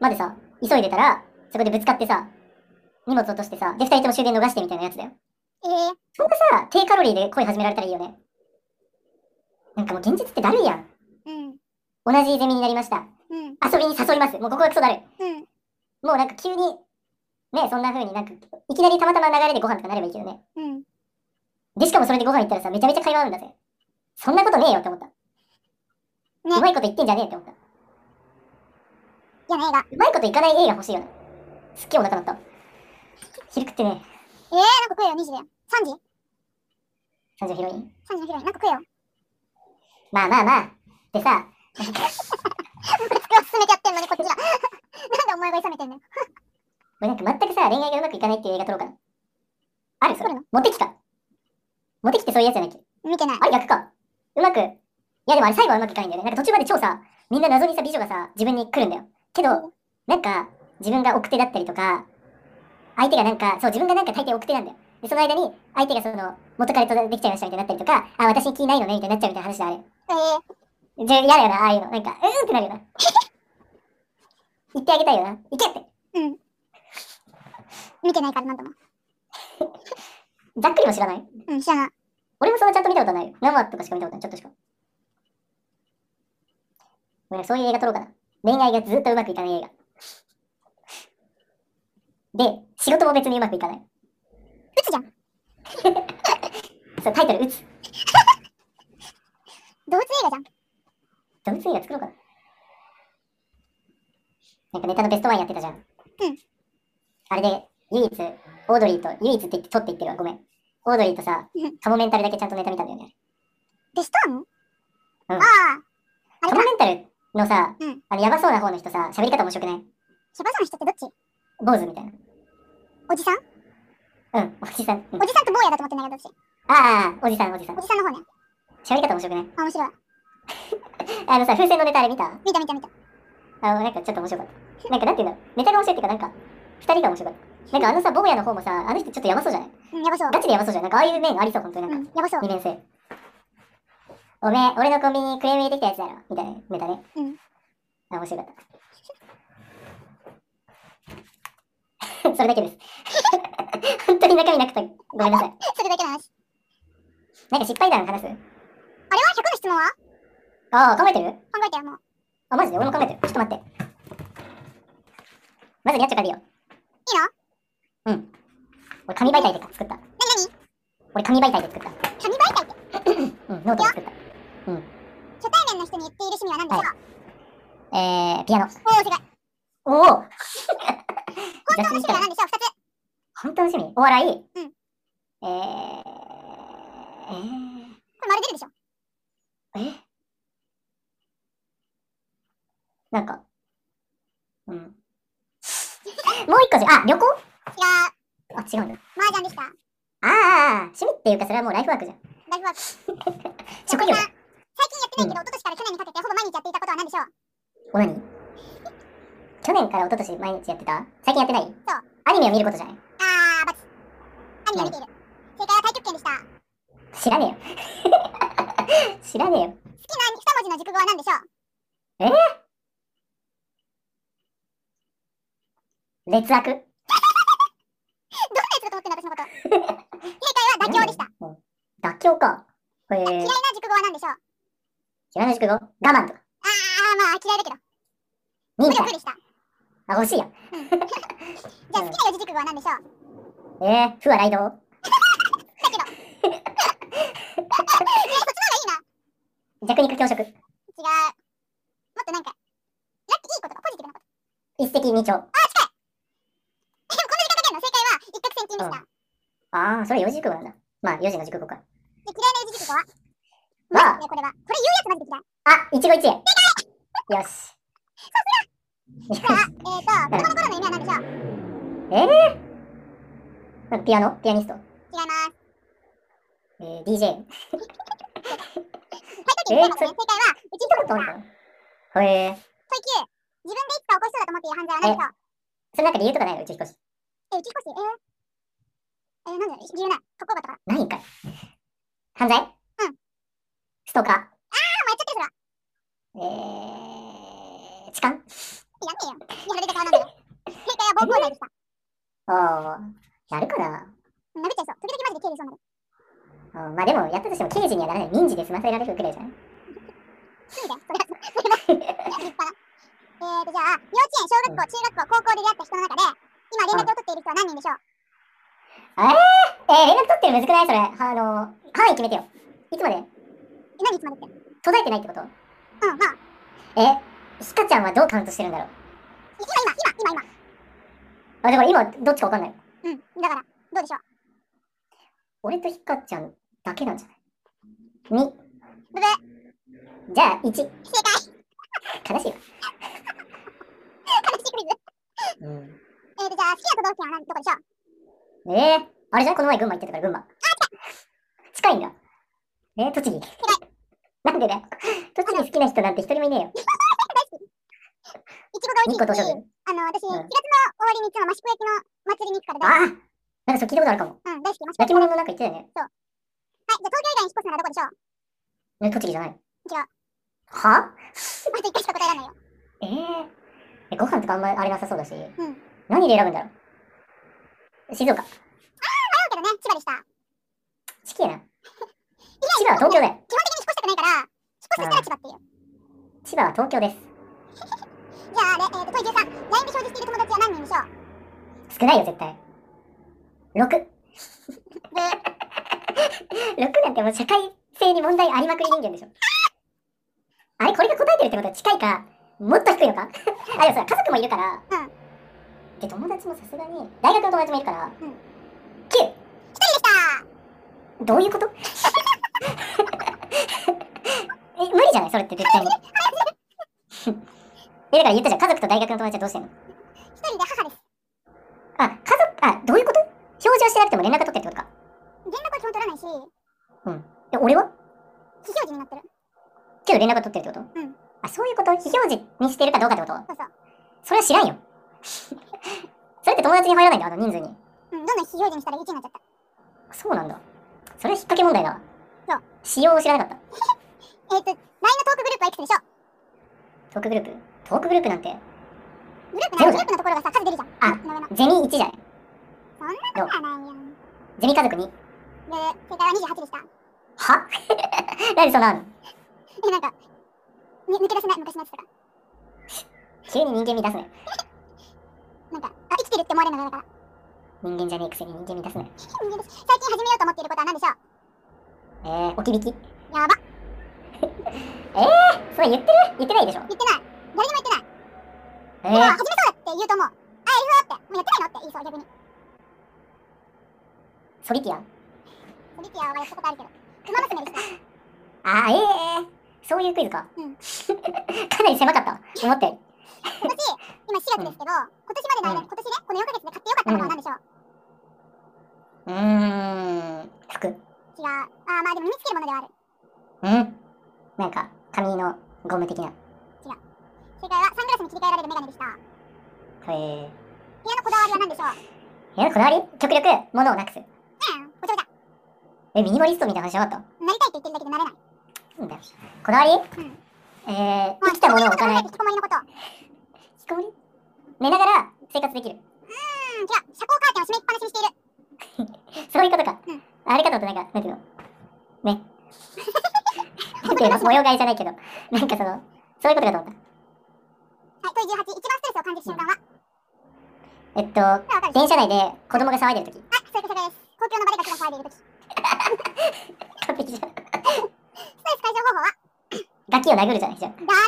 Speaker 1: までさ、急いでたら、そこでぶつかってさ、荷物落としてさ、で、二人とも終電逃してみたいなやつだよ。
Speaker 2: ええ
Speaker 1: そんなさ、低カロリーで恋始められたらいいよね。なんかもう現実ってだるいやん。
Speaker 2: うん。
Speaker 1: 同じゼミになりました。
Speaker 2: うん。
Speaker 1: 遊びに誘います。もうここがクソだるい。
Speaker 2: うん。
Speaker 1: もうなんか急に、ね、そんな風になんか、いきなりたまたま流れでご飯とかなればいいけどね。
Speaker 2: うん。
Speaker 1: で、しかもそれでご飯行ったらさ、めちゃめちゃ会話あるんだぜ。そんなことねえよって思った。うまいこと言ってんじゃねえって思った。う
Speaker 2: 嫌な映画。
Speaker 1: まいこといかない A が欲しいよな。すっげえお腹鳴った。昼食ってね、
Speaker 2: ええなんか食えよ、2時だよ。3時
Speaker 1: 三条ヒロイン。
Speaker 2: ?3 時のヒロイン。なんか食えよ。
Speaker 1: まあまあまあ。でさ、
Speaker 2: これ進めてやってんのに、こっちが。 なんでお前がいさめてんのよ。
Speaker 1: 俺なんか全くさ、恋愛がうまくいかないっていう映画撮ろうかな。あるそれ
Speaker 2: 撮る。
Speaker 1: モテキか。モテキってそういうやつじゃないっけ
Speaker 2: 見てない。
Speaker 1: あれ逆か。うまく。いやでもあれ最後はうまくいかないんだよね。なんか途中まで超さ、みんな謎にさ、美女がさ、自分に来るんだよ。けど、なんか、自分が奥手だったりとか、相手がなんか、そう、自分がなんか大抵奥手なんだよ。で、その間に、相手がその、元彼とできちゃいましたみたいになったりとか、あ、私に気ないのねみたいになっちゃうみたいな話だ、あれ。
Speaker 2: ええ
Speaker 1: じゃ嫌だよな、ああいうの。なんか、うーんってなるよ な。言ってあげたいよな。行けって。
Speaker 2: 見てないからなんとも。
Speaker 1: ざっくりも知らない。
Speaker 2: うん、知らない。
Speaker 1: 俺もそんなちゃんと見たことないよ。何話とかしか見たことない。ちょっとしか。俺らそういう映画撮ろうかな。恋愛がずっとうまくいかない映画。で、仕事も別にうまくいかない。
Speaker 2: うつじゃん。
Speaker 1: そうタイトル、打つ。
Speaker 2: 動物映画じゃん。
Speaker 1: じゃあ、打つ映画作ろうかな。なんかネタのベストワンやってたじゃん。
Speaker 2: うん。
Speaker 1: あれで、唯一、オードリーと、唯一って言って撮っていってるわ。ごめん。オードリーとさ
Speaker 2: うん、
Speaker 1: カモメンタルだけちゃんとネタ見たんだよね。
Speaker 2: ベストワン、ああ。あ
Speaker 1: カ
Speaker 2: れか
Speaker 1: モ。メンタルのさ、
Speaker 2: うん
Speaker 1: あの、やばそうな方の人さ、喋り方面白くない
Speaker 2: シャバさの人ってどっち
Speaker 1: 坊主みたいな。
Speaker 2: おじさん
Speaker 1: うん、おじさん。うん
Speaker 2: おじさんと坊やだと思ってんだけど、私。
Speaker 1: ああ、おじさん、おじさん
Speaker 2: お。じさんの方ね。
Speaker 1: 喋り方面白くない
Speaker 2: あ、面白い。
Speaker 1: あのさ、風船のネタあれ見た
Speaker 2: 見た見た見た。
Speaker 1: あの、なんかちょっと面白かった。なんかなんていうんだろう。ネタが面白いっていうか、なんか、二人が面白かった。なんかあのさ、坊やの方もさ、あの人ちょっとやばそうじゃない
Speaker 2: うん、やばそう。
Speaker 1: ガチでやばそうじゃないなんかああいう面ありそう、本当に
Speaker 2: う
Speaker 1: なんんか。、
Speaker 2: やばそう。
Speaker 1: 二面性。おめえ、俺のコンビニにクレーム入れてきたやつだろ。みたいなネタね。
Speaker 2: うん。
Speaker 1: あ、面白かった。 それだけです。本当に中身なくて、ごめんなさい。
Speaker 2: それだけの話。
Speaker 1: なんか失敗談話す
Speaker 2: あれは ?100 の質問は
Speaker 1: ああ、考えてる
Speaker 2: 考えてよ、もう。
Speaker 1: あ、マジで俺も考えてる。ちょっと待って。まずにやっちゃ借りよ
Speaker 2: いいの
Speaker 1: う。うん。俺、紙媒体で作った。
Speaker 2: 何何
Speaker 1: 俺、紙媒体で作った。
Speaker 2: 紙媒体って
Speaker 1: うん、ノートで作った。
Speaker 2: 初対面の人に言っている趣味は何でしょう、
Speaker 1: えー、ピアノ。
Speaker 2: おお、正解。
Speaker 1: お お
Speaker 2: 本当の趣味は何でしょう ?2 つ。
Speaker 1: 本当の趣味お笑い
Speaker 2: うん
Speaker 1: え
Speaker 2: これ丸出るでしょ
Speaker 1: ー、えー、えなんか、うん。 もう一個じゃ、あ、旅行
Speaker 2: 違う。
Speaker 1: あ、違うんだ。
Speaker 2: 麻雀でした。
Speaker 1: あーあー、趣味っていうか、それはもうライフワークじゃん。
Speaker 2: ライフワーク。
Speaker 1: 職業じゃん。
Speaker 2: 最近やってないけど、一昨年から去年にかけてほぼ毎日やっていたことは何でしょう
Speaker 1: お何去年から一昨年毎日やってた最近やってないそうアニメを見ることじゃない
Speaker 2: あー、バツ。アニメを見ている。正解は太極拳でした。
Speaker 1: 知らねえよ 知らねえよ
Speaker 2: 好きな二文字の熟語は何でしょう
Speaker 1: 劣悪
Speaker 2: どんなやつだと思ってんだ、私のこと。正解は妥協でした。
Speaker 1: うん妥協かへえ
Speaker 2: 嫌いな熟語は何でしょう
Speaker 1: 嫌いな熟語我慢とか
Speaker 2: あー、まあ嫌いだけど。
Speaker 1: 忍
Speaker 2: 努
Speaker 1: 耐
Speaker 2: 力でした。じ
Speaker 1: あ欲しいやん
Speaker 2: ゃあ好きな四字熟語は何でしょう
Speaker 1: えー、不和雷道
Speaker 2: えー、そっちの方がいいな。
Speaker 1: 弱肉強食
Speaker 2: 違う。もっとなんか、ラッキーいいことか、ポジティブなこと。
Speaker 1: 一石二鳥
Speaker 2: でもこの時間かけるの正解は一攫千金でした。
Speaker 1: ああそれ四字熟語なんだまあ四字の熟語か
Speaker 2: で、嫌いな四字熟語は
Speaker 1: まあ
Speaker 2: マジでこれは。これ言うやつマジで嫌い。
Speaker 1: あ一期一会よし
Speaker 2: じゃあ、えっ、ー、と、子供の頃の夢は何でしょう
Speaker 1: ピアノピアニスト
Speaker 2: 違います。
Speaker 1: えー DJ。
Speaker 2: はい、ということで、正解は、うちの子
Speaker 1: どん
Speaker 2: が、
Speaker 1: どん。ほえー。
Speaker 2: 問い9、自分でいつか起こしそうだと思っている犯罪は何でしょう
Speaker 1: それなんか理由とかない のうち引っ越し。
Speaker 2: え、うち引っ越し、えー、えー、なんで理由ない。かっこよかったから。
Speaker 1: 何かい。犯罪
Speaker 2: うん。
Speaker 1: ストーカ
Speaker 2: あ、もうやっちゃってる、それは。
Speaker 1: ー。えー、痴漢
Speaker 2: やめよ。いや、出てからなんだよ。正解は暴行罪でした。
Speaker 1: ああ、やるかな
Speaker 2: うん殴っちゃいそう。時々マジで経理そうなる。
Speaker 1: あーまあでも、やったとしても刑事にはならない。民事で済ませられるくらいじゃない
Speaker 2: 罪だよ。それは、それは、立派な。えーと、じゃあ、幼稚園、小学校、中学校、高校で出会った人の中で、今連絡を取っている人は何人でしょう
Speaker 1: えー、連絡取ってるむずくないそれ。あの、範囲決めてよ。いつまで
Speaker 2: え、何いつまでって。うん、
Speaker 1: 途絶えてないってこと
Speaker 2: まあ、
Speaker 1: え、ひかちゃんはどうカウントしてるんだろう
Speaker 2: 今、今、今、今、今。
Speaker 1: あ、だから今、どっちかわかんない。
Speaker 2: うん、だから、どうでしょう
Speaker 1: 俺とひかちゃんだけなんじゃない ?2。
Speaker 2: ブブー
Speaker 1: じゃあ、1。
Speaker 2: 正解
Speaker 1: 悲しいわ。
Speaker 2: 悲しいクイズ。
Speaker 1: うん。
Speaker 2: えーと、じゃあ、好きな都道府県は何どこでしょう
Speaker 1: えー、あれじゃないこの前群馬行ってたから、群馬。 あ、近いんだ。えー、栃木。なんでだよ。栃木好きな人なんて一人もいねえよ。
Speaker 2: いちごが
Speaker 1: 日光
Speaker 2: 美味
Speaker 1: 東
Speaker 2: しい
Speaker 1: 照
Speaker 2: し、
Speaker 1: 宮。
Speaker 2: あの、私、
Speaker 1: うん
Speaker 2: 4月の終わりにいつも益子焼きの祭りに行くから大
Speaker 1: ああ
Speaker 2: 好き。
Speaker 1: なんかそれ聞いたことあるかも。
Speaker 2: うん、大好き、益子焼
Speaker 1: 焼
Speaker 2: き。
Speaker 1: き物の中言ってたよね。
Speaker 2: はい、じゃあ東京以外に引っ越すならどこでしょう
Speaker 1: ね、栃木じゃない違う。
Speaker 2: 違う
Speaker 1: は
Speaker 2: まず1回しか答えられないよ。
Speaker 1: えー、えご飯とかあんまりあれなさそうだし、
Speaker 2: ん
Speaker 1: 何で選ぶんだろう静岡
Speaker 2: だけどね、千葉でした。
Speaker 1: 地形な千葉は東京だよ
Speaker 2: 基本的に引っ越したくないから、引っ越すしたら千葉っていう。
Speaker 1: 千葉は東京です
Speaker 2: じゃあ、れえーと、問い13、LINE で表示している友達は何人でしょう
Speaker 1: 少ないよ絶対66 6なんてもう社会性に問題ありまくり人間でしょあれこれが答えてるってことは近いかもっと低いのか あでもさ家族もいるから、
Speaker 2: うん
Speaker 1: で友達もさすがに大学の友達もいるから、
Speaker 2: うん
Speaker 1: 九。
Speaker 2: ?1 人でした
Speaker 1: どういうこと え無理じゃないそれって絶対に。 えだから言ったじゃん家族と大学の友達はどうしてんの
Speaker 2: !1 人で母です。
Speaker 1: あ家族あどういうこと表示をしてなくても連絡が取ってるってことか。
Speaker 2: 連絡は基本取らないし、
Speaker 1: で俺は
Speaker 2: 非表示になってる。
Speaker 1: けど連絡が取ってるってこと
Speaker 2: うん
Speaker 1: あそういうこと非表示にしてるかどうかってこと
Speaker 2: そうそう。
Speaker 1: それは知らんよ。 それって友達に入らないんだあの人数に。
Speaker 2: うん、どんどん非表示にしたら1になっちゃった。
Speaker 1: そうなんだ。それは引っ掛け問題だわ。
Speaker 2: そう。
Speaker 1: 仕様を知らなかっ
Speaker 2: えーと、LINE のトークグループはいくつでしょう
Speaker 1: た。トークグループ。トークグループなんて
Speaker 2: グループな
Speaker 1: ゼロ
Speaker 2: グループのところがさ、数出るじゃん。
Speaker 1: あ
Speaker 2: の上の。
Speaker 1: ゼミ1じゃない。
Speaker 2: そんなことはないよ。
Speaker 1: ゼミ家族2。
Speaker 2: で、正解は28でした。
Speaker 1: は なんでそんなあんの
Speaker 2: え、なんか、に抜け出せない昔のやつとか。
Speaker 1: 急に人間味出すね。
Speaker 2: なんか、あ、生きてるって思われるのが嫌だから。
Speaker 1: 人間じゃねえくせに人間味出すね。
Speaker 2: 人間です最近始めようと思っていることは何でしょう
Speaker 1: えー、置き引き
Speaker 2: やば。
Speaker 1: それ言ってる言ってないでしょ
Speaker 2: 言ってない。誰にも言ってない。
Speaker 1: え
Speaker 2: でも
Speaker 1: ー、
Speaker 2: 始めそうだって言うと思う。あ、やりそうだって。もうやってないのって言いそう、逆に。
Speaker 1: ソリティアン
Speaker 2: ソリティアはやったことあるけど。クマ娘でした。
Speaker 1: あー、えー、そういうクイズか。
Speaker 2: うん
Speaker 1: かなり狭かったわ。思ったよ
Speaker 2: 今年、今4月ですけど、今年までの間に、今年ね、この4ヶ月で買ってよかったものは何でしょう
Speaker 1: り。うーん、服。
Speaker 2: 違う。あー、まあでも身につけるものではある。
Speaker 1: うん。なんか、髪のゴム的な。
Speaker 2: 正解はサングラスに切り替えられるメガネでした。
Speaker 1: えー、
Speaker 2: 部屋のこだわりは何でしょう
Speaker 1: えー、こだわり極力、物をなくす。
Speaker 2: うん、ごちゃごちゃ。
Speaker 1: え、ミニマリストみたいな話しなかっ
Speaker 2: なりたいって言ってるだけでなれない。
Speaker 1: たなんだよ。こだわり、
Speaker 2: うん
Speaker 1: えー、生きたものを置かない。
Speaker 2: 引きこもりのこと。うん、
Speaker 1: 引きこもり寝ながら生活できる。
Speaker 2: 違う。遮光カーテンを閉めっぱなしにしている。
Speaker 1: そういうことか。
Speaker 2: うん
Speaker 1: あれかと思ってなんか、なんていう のね。なんていうの模様替えじゃないけど、なんかその、そういうことかと思っ
Speaker 2: はい、問い18、一番ストレスを感じる瞬間は
Speaker 1: た。えっと、
Speaker 2: これわかるでしょ
Speaker 1: 電車内で子供が騒いでると き。
Speaker 2: あ、正解正解です。公共の場でガキが騒いでいるとき。ス
Speaker 1: 完璧じゃん。
Speaker 2: トレス解消方法は
Speaker 1: ガキを殴るじゃないじゃん。
Speaker 2: ダメだよ。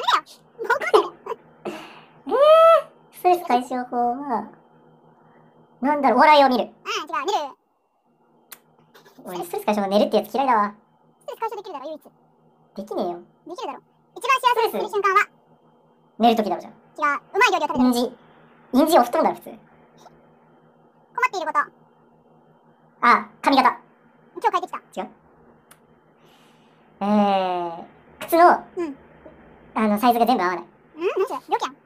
Speaker 2: もう怒ってる。
Speaker 1: ストレス解消法は、なんだろう、お笑いを見る。
Speaker 2: うん、違う。寝る。
Speaker 1: 俺、ストレス解消法寝るってやつ嫌いだわ。
Speaker 2: ストレス解消できるだろ、唯一。
Speaker 1: できねえよ。
Speaker 2: できるだろ。一番幸せにする瞬間は
Speaker 1: 寝るときだろじゃん。
Speaker 2: 違う。うまい料理を食べてる。
Speaker 1: インジ。インジお布団だろ、普通。
Speaker 2: 困っていること。
Speaker 1: あ、髪型。
Speaker 2: 今日変えてきた。
Speaker 1: えー、靴の、
Speaker 2: うん
Speaker 1: あの、サイズが全部合わない。
Speaker 2: うん何それ料金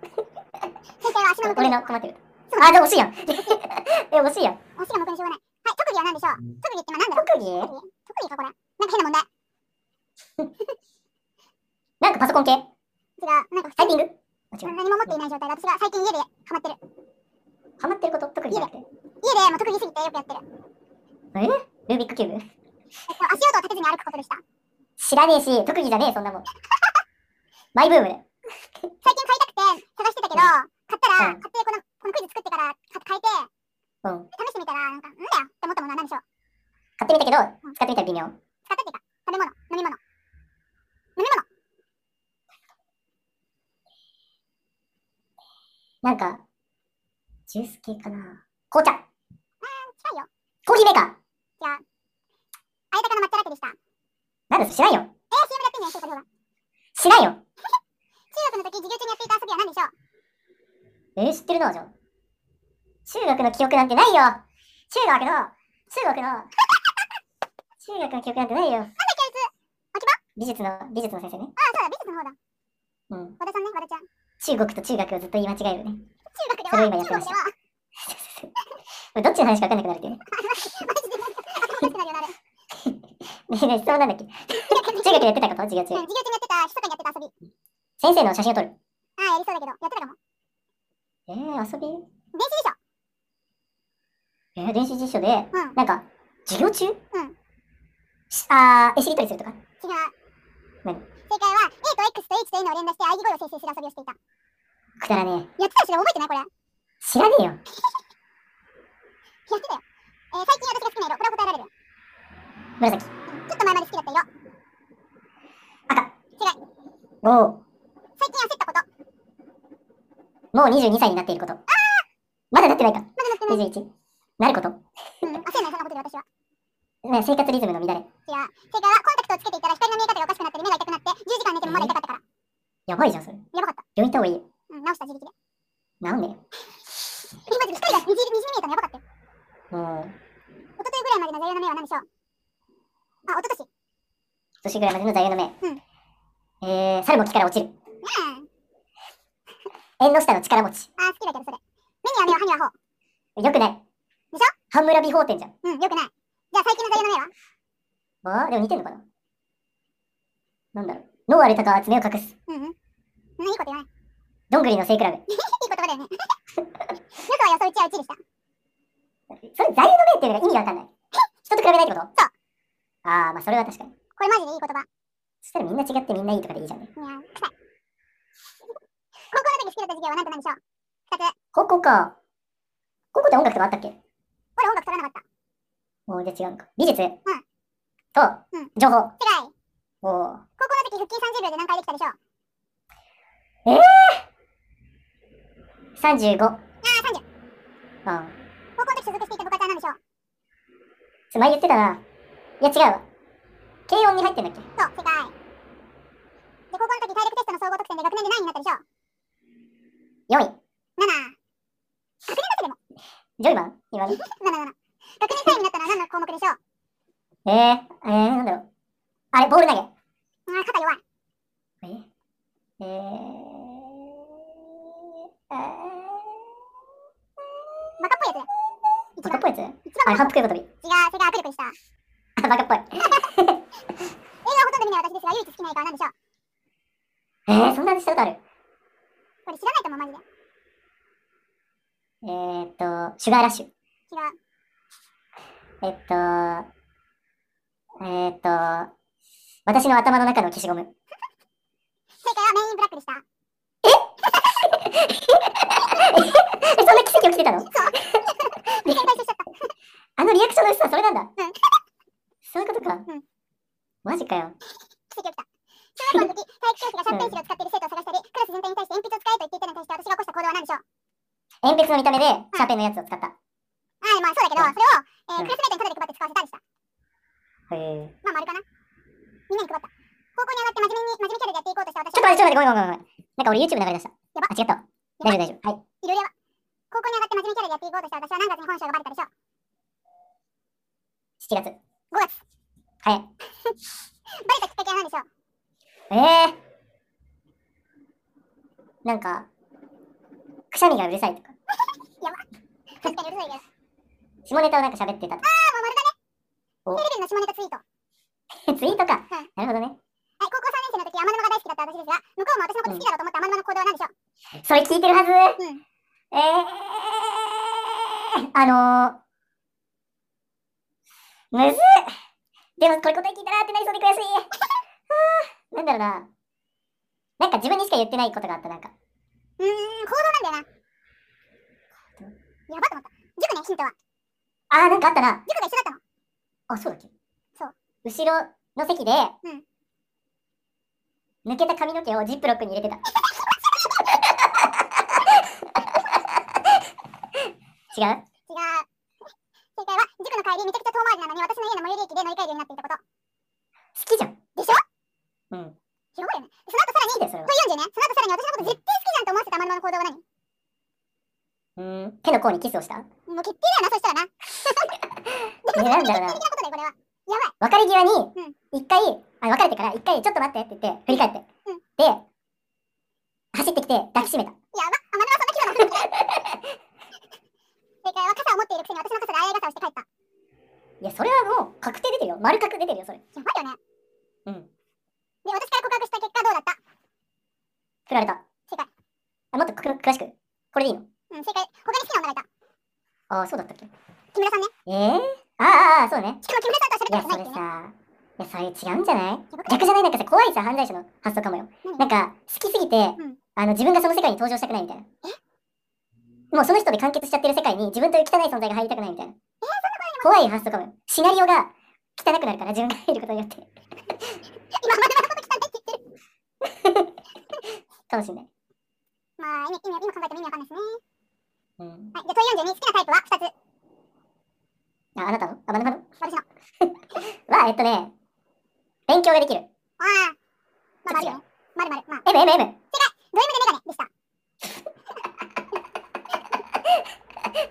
Speaker 2: 正解は足のむく
Speaker 1: 俺
Speaker 2: み。
Speaker 1: の困ってること。あ、でも惜しいや ん。え、惜しいやん。
Speaker 2: お尻のむくみしょうがない。はい、特技は何でしょう特技って今何だろう
Speaker 1: 特技
Speaker 2: 特技かこれ。なんか変な問題。
Speaker 1: なんかパソコン系
Speaker 2: 違う。なんか普
Speaker 1: タイ
Speaker 2: 通
Speaker 1: ピング
Speaker 2: に何も持っていない状態で私が最近家でハマってる。
Speaker 1: ハマってること特技じゃなくて。
Speaker 2: 家でもう特技すぎてよくやってる。
Speaker 1: ルービックキューブ
Speaker 2: えっと、足音を立てずに歩くことでした。
Speaker 1: 知らねえし、特技じゃねえ、そんなもん。マイブームで。
Speaker 2: 最近買いたくて探してたけど、買ったら、
Speaker 1: うん
Speaker 2: 買ってこのこのクイズ作ってから買買えて、
Speaker 1: うん。
Speaker 2: 試してみたら、なんか、んだよって思ったものは何でしょう
Speaker 1: 買ってみたけど、使ってみたら微妙。
Speaker 2: 使ったっていうか、食べ物、飲み物。
Speaker 1: なんか、ジュース系かな。紅茶。
Speaker 2: 近いよ。
Speaker 1: コーヒーメーカー。
Speaker 2: あいたかの抹茶ラテでした。
Speaker 1: なんです知らんよ。
Speaker 2: えー、CM やってんじゃん、そうかそうか。
Speaker 1: 知らんよ。
Speaker 2: 中学の時、授業中にやっていた遊びは何でしょう
Speaker 1: えー、知ってるな、じゃあ。中学の記憶なんてないよ。中学の、中学の、中学の記憶なんてないよ。なんだっ
Speaker 2: け
Speaker 1: 美術の、美術の先生ね。
Speaker 2: ああ、そうだ、美術の方だ。
Speaker 1: うん。
Speaker 2: 和田さんね、和田ちゃん。
Speaker 1: 中国と中学をずっと言い間違えるね。
Speaker 2: 中学で
Speaker 1: それを
Speaker 2: は、
Speaker 1: 今やってま
Speaker 2: 中学
Speaker 1: した
Speaker 2: では、
Speaker 1: これどっちの話か分かんなくなるっていうね。
Speaker 2: 頭が良くなるようになる。
Speaker 1: ねえねえ質問なんだっけ中学でやってたこと授業
Speaker 2: う
Speaker 1: 中。
Speaker 2: ん授業中にやってた、密かにやってた遊び。
Speaker 1: 先生の写真を撮る。
Speaker 2: ああ、やりそうだけど、やってたかも。
Speaker 1: えー、遊び
Speaker 2: 電子辞書。
Speaker 1: えー、電子辞書で、
Speaker 2: ん
Speaker 1: なんか、授業中
Speaker 2: うん。
Speaker 1: しあー、絵しりとりするとか。
Speaker 2: 違う。
Speaker 1: 何
Speaker 2: 正解は、A と X と H と N を連打して、喘ぎ声を生成する遊びをしていた。
Speaker 1: くだらねえ。
Speaker 2: やってたし、覚えてないこれ。や
Speaker 1: 知らねえよ。
Speaker 2: ってたよ。えー、最近私が好きな色、これは答えられる。
Speaker 1: 紫。
Speaker 2: ちょっと前まで好きだった色。
Speaker 1: 赤。
Speaker 2: 違
Speaker 1: う。おお。
Speaker 2: 最近焦ったこと。
Speaker 1: もう22歳になっていること。まだなってないか。
Speaker 2: まだ乗ってない。
Speaker 1: 21。なること。
Speaker 2: うん、焦んない、そんなことで私は。
Speaker 1: ね、生活リズムの乱れ。
Speaker 2: 違う。正解は、コンタクトをつけていたら光の見え方がおかしくなったり、目が痛くなって、10時間寝てもまだ痛かったから。
Speaker 1: やばいじゃん、それ。や
Speaker 2: やばかった。
Speaker 1: 病院行った方がいいよ。
Speaker 2: うん、直した自力で。
Speaker 1: なんでよ。
Speaker 2: 今一人が虹虹に見えたのやばかったよ。
Speaker 1: うん。
Speaker 2: 一昨日ぐらいまでの座右の銘は何でしょうあ、一昨年。
Speaker 1: 年ぐらいまでの座右の銘。
Speaker 2: うん
Speaker 1: えー、猿も木から落ちる。
Speaker 2: うん。
Speaker 1: 縁の下の力持ち。
Speaker 2: あ、好きだけどそれ。目には目を、歯には頬。
Speaker 1: よくない。
Speaker 2: でしょ
Speaker 1: 半村美法店じゃん。
Speaker 2: うん、よくない。じゃあ最近の座右の銘は
Speaker 1: あーでも似てんのかななんだろう。脳あれたかは爪を隠す。
Speaker 2: うんうん。うん、いいこと言わない。いい
Speaker 1: どんぐりの背比べ。
Speaker 2: 言葉だよね。よ くはよそうちはうちでした。
Speaker 1: それ座右の銘っていうのが意味がわかんない。人と比べないってこと
Speaker 2: そう。
Speaker 1: あー、まあそれは確かに。
Speaker 2: これマジでいい言葉。
Speaker 1: そしたらみんな違ってみんないいとかでいいじゃんね。
Speaker 2: いやー、臭い。高校の時好きだった授業は何と何でしょう二つ。
Speaker 1: 高校か。高校って音楽とかあったっけ
Speaker 2: 俺音楽取らなかった。
Speaker 1: もうじゃあ違うのか。美術、と
Speaker 2: うん、
Speaker 1: 情報。
Speaker 2: 世界。
Speaker 1: おー
Speaker 2: 高校の時腹筋30秒で何回できたでしょう
Speaker 1: 35。あ
Speaker 2: ー30。
Speaker 1: あ
Speaker 2: 高校の時所属していた部活は何でしょう
Speaker 1: つまり言ってたな。いや違うわ。軽音に入ってんだっけ
Speaker 2: そう、世界。で、高校の時体力テストの総合得点で学年で何位になったでしょ
Speaker 1: ?4
Speaker 2: う
Speaker 1: 位。
Speaker 2: ?7。
Speaker 1: ジョイマン今ね。
Speaker 2: 7、7。学年3位になったのは何の項目でしょう
Speaker 1: えー、えー、なんだろう。あれ、ボール投げ。
Speaker 2: あー肩弱い。
Speaker 1: えー、えー、あ
Speaker 2: バカっぽいやつ。
Speaker 1: ー
Speaker 2: 一
Speaker 1: バカっ
Speaker 2: 番。
Speaker 1: ぽいやつ
Speaker 2: 一
Speaker 1: あ
Speaker 2: 番
Speaker 1: れ、反復横跳び。
Speaker 2: 違う、それが握力した。
Speaker 1: あ、バカっぽい。
Speaker 2: 映画をほとんど見ない私ですが、唯一好きな映画は何でしょう
Speaker 1: えー、そんな話したことある。
Speaker 2: これ知らないと思う、マジで。
Speaker 1: えー、っと、シュガーラッシュ。
Speaker 2: 違う。
Speaker 1: えっと、えー、っと、私の頭の中の消しゴム。
Speaker 2: 正解はメインブラックでした。
Speaker 1: え、そんな奇跡起きてたの
Speaker 2: 正解しちゃった。
Speaker 1: あのリアクションの薄さ、それなんだ
Speaker 2: うん。
Speaker 1: そういうことか
Speaker 2: うん。
Speaker 1: マジかよ。
Speaker 2: 奇跡起きた。小学校の時、体育教師がシャーペンシルを使っている生徒を探したり、クラス全体に対して鉛筆を使えと言っていたのに対して私が起こした行動は何でしょう
Speaker 1: 鉛筆の見た目で、シャーペンのやつを使った。
Speaker 2: あー、まあそうだけど、
Speaker 1: うん
Speaker 2: それを、えー
Speaker 1: うん
Speaker 2: クラスメートにタダで配って使わせたりした。
Speaker 1: へえ。
Speaker 2: まあ丸かな。みんなに配った。高校に上がって真面目に、真面目キャラでやっていこうとした私
Speaker 1: ちょっと
Speaker 2: は、
Speaker 1: 待って、ちょっと待って、ごめんごめんごめん。なんか俺 YouTube 流れ出した。
Speaker 2: やば
Speaker 1: あ、違ったわ。大丈夫大丈夫。はい。
Speaker 2: いろいろやば高校に上がって真面目キャラでやっていこうとした私は何月に本性がバレたでしょう
Speaker 1: 7月。
Speaker 2: 5月
Speaker 1: 早い。
Speaker 2: バレたきっかけは何でしょう
Speaker 1: ええなんか、くしゃみがうるさいとか、
Speaker 2: 確かにうるさいけど
Speaker 1: 下ネタをなんか喋ってたとか。
Speaker 2: テレビの下ネタツイートはい
Speaker 1: ツイートか。なるほどね。
Speaker 2: 高校3年生の時天沼が大好きだった私ですが向こうも私のこと好きだろうと思った天沼の行動は何でしょう
Speaker 1: それ聞いてるはず。
Speaker 2: うん
Speaker 1: ええあのー、むずっでもこれ答え聞いたなってなりそうで悔 しい。あーなんだろうな。なんか自分にしか言ってないことがあった、なんか。
Speaker 2: うーん行動なんだよなやばと思った塾ねヒントは
Speaker 1: あー、なんかあったな。
Speaker 2: 塾が一緒だったの
Speaker 1: あ、そうだっけ
Speaker 2: そう。
Speaker 1: 後ろの席で、
Speaker 2: うん
Speaker 1: 抜けた髪の毛をジップロックに 入れてた。違う
Speaker 2: 違う正解は塾の帰りめちゃくちゃ遠回りなのに私の家の最寄り駅で乗り換えるようになっていたこと
Speaker 1: 好きじゃん。
Speaker 2: でしょ
Speaker 1: うん。好
Speaker 2: 広いよねその後さらに
Speaker 1: きだよ、それは。
Speaker 2: 問40ねその後さらに私のこと絶対好きじゃんと思ってた天沼の行動は何
Speaker 1: うーん。手の甲にキスをした
Speaker 2: もう決定だよなそしたらな
Speaker 1: え、なんだろうな。
Speaker 2: 決定的なことだよこれは
Speaker 1: 別れ際に
Speaker 2: う
Speaker 1: 一
Speaker 2: ん、
Speaker 1: 回、あ、別れてから一回、ちょっと待ってって言って、振り返って。
Speaker 2: うん
Speaker 1: で、走ってきて抱きしめた。
Speaker 2: やば天沼そんな規模なの正解は傘を持っているくせに私の傘であやい傘をして帰った
Speaker 1: いや、それはもう確定出てるよ。丸確出てるよ、それ。
Speaker 2: やばいよね
Speaker 1: うん。
Speaker 2: で私から告白した結果どうだった
Speaker 1: 振られた。
Speaker 2: 正解
Speaker 1: あ、もっとく詳しく。これでいいの
Speaker 2: うん正解他に好きな女がいた
Speaker 1: ああ、そうだったっけ
Speaker 2: 木村さんね
Speaker 1: ええー、あーあーあー、そうね。
Speaker 2: しかも木村さんと
Speaker 1: いや、
Speaker 2: は
Speaker 1: そ
Speaker 2: 喋
Speaker 1: れ
Speaker 2: ってないっていうね
Speaker 1: さ、いや、それ違うんじゃない
Speaker 2: やばくない
Speaker 1: 逆じゃないなんかさ、怖いさ、犯罪者の発想かもよ。
Speaker 2: 何
Speaker 1: なんか、好きすぎて、
Speaker 2: ん
Speaker 1: あの、自分がその世界に登場したくないみたいな。もうその人で完結しちゃってる世界に自分という汚い存在が入りたくないみたいな。怖い発想かもよ。シナリオが汚くなるから、自分が入ることによって。
Speaker 2: 今までのこと汚いって言ってる
Speaker 1: かもしんない。
Speaker 2: まあ意味意味今考えても意味わかんないですね
Speaker 1: うん。
Speaker 2: はいじゃあ問42好きなタイプは2つ
Speaker 1: あ、あなたのあ、バナ ナの
Speaker 2: 私の
Speaker 1: は、えっとね、勉強ができる。
Speaker 2: ああまあ
Speaker 1: どっち
Speaker 2: 丸
Speaker 1: だ
Speaker 2: よね丸丸まあ
Speaker 1: M、M、M。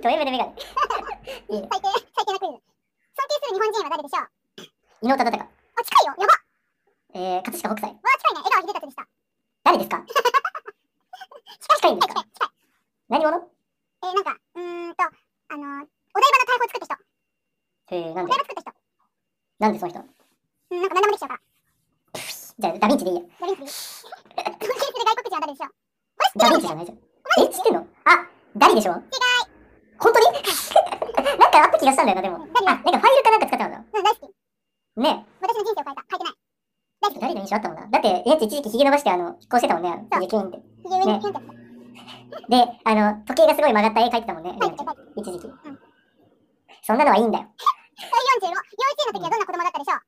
Speaker 2: ド M
Speaker 1: ド M で
Speaker 2: でメガネでした
Speaker 1: メガネ。
Speaker 2: 最低最低なクイズ尊敬する日本人は誰でしょう
Speaker 1: 伊能忠敬。
Speaker 2: あ近いよやば
Speaker 1: えー、葛飾北斎。
Speaker 2: わあ近いね笑顔秀達でした
Speaker 1: 誰ですか近いんです
Speaker 2: 近
Speaker 1: か
Speaker 2: い近い
Speaker 1: 何者
Speaker 2: えー、なんかうーんとあのー、お台場の大砲作った人
Speaker 1: えー、なん
Speaker 2: お
Speaker 1: で
Speaker 2: 台場作った人
Speaker 1: なんでその人
Speaker 2: うんなんか何でもできちゃうから
Speaker 1: じゃあダヴィンチでいいや。
Speaker 2: ドリンクでいい尊敬する外国人は誰でしょう
Speaker 1: ダヴィンチじゃないじゃん。え、知ってんのあ、ダリでしょ違い。本当に なんかあった気がしたんだよな、でも。あ、なんかファイルかなんか使ってたんだよ。
Speaker 2: うん大好き
Speaker 1: ね
Speaker 2: 私の人生を変えた変えてない
Speaker 1: え。ダリの印象あったもんな。だって、やつ一時期ヒゲ伸ばして、あの、こうしてたもんね。あのヒゲキュンって。
Speaker 2: 右上に変化して
Speaker 1: で、あの、時計がすごい曲がった絵描いてたもんね。
Speaker 2: 書いて書いて
Speaker 1: 一時期
Speaker 2: ん。
Speaker 1: そんなのはいいんだよ。
Speaker 2: 第45幼稚園の時はどんな子供だったでしょう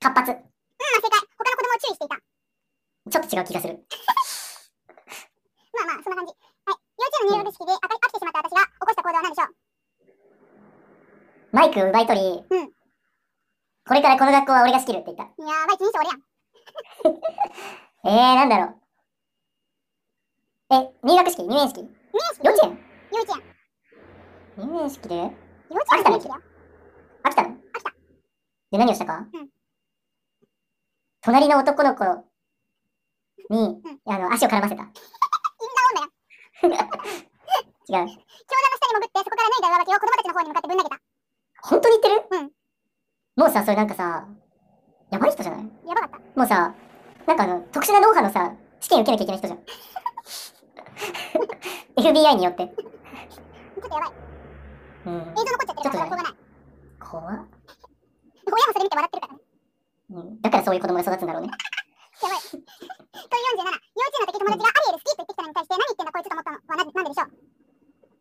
Speaker 1: 活発。
Speaker 2: うんまあ正解他の子供を注意していた
Speaker 1: ちょっと違う気がする。
Speaker 2: まあまあそんな感じはい幼稚園の入学式であか飽きてしまった私が起こした行動は何でしょう
Speaker 1: マイクを奪い取り、
Speaker 2: うん
Speaker 1: これからこの学校は俺が仕切るって言った。
Speaker 2: やばい一人称俺やん
Speaker 1: えー、なんだろう。え、入学式入園式幼稚園
Speaker 2: 幼稚園
Speaker 1: 入園式で
Speaker 2: 幼稚園の時だよ
Speaker 1: 飽きたの飽きた。で、何をしたか、
Speaker 2: うん
Speaker 1: 隣の男の子に、
Speaker 2: うん
Speaker 1: あの、足を絡ませた。違う。
Speaker 2: 教団の下に潜ってそこから脱いだ上履きを子供たちの方に向かってぶん投げた
Speaker 1: 本当に言ってる
Speaker 2: うん
Speaker 1: もうさ、それなんかさ、やばい人じゃない
Speaker 2: やばかった
Speaker 1: もうさ、なんかあの、特殊な脳波のさ、試験受けなきゃいけない人 じゃん。FBI によって。
Speaker 2: ちょっとやばい
Speaker 1: うん。
Speaker 2: 映像残っちゃってるからしょうがない
Speaker 1: 怖っ。
Speaker 2: 親もそれ見て笑ってるからね
Speaker 1: うん、だからそういう子供が育つんだろうね。
Speaker 2: 問47幼稚園の時友達がアリエル好きと言ってきたのに対して何言ってんだこいつと思ったのはなぜなんででしょう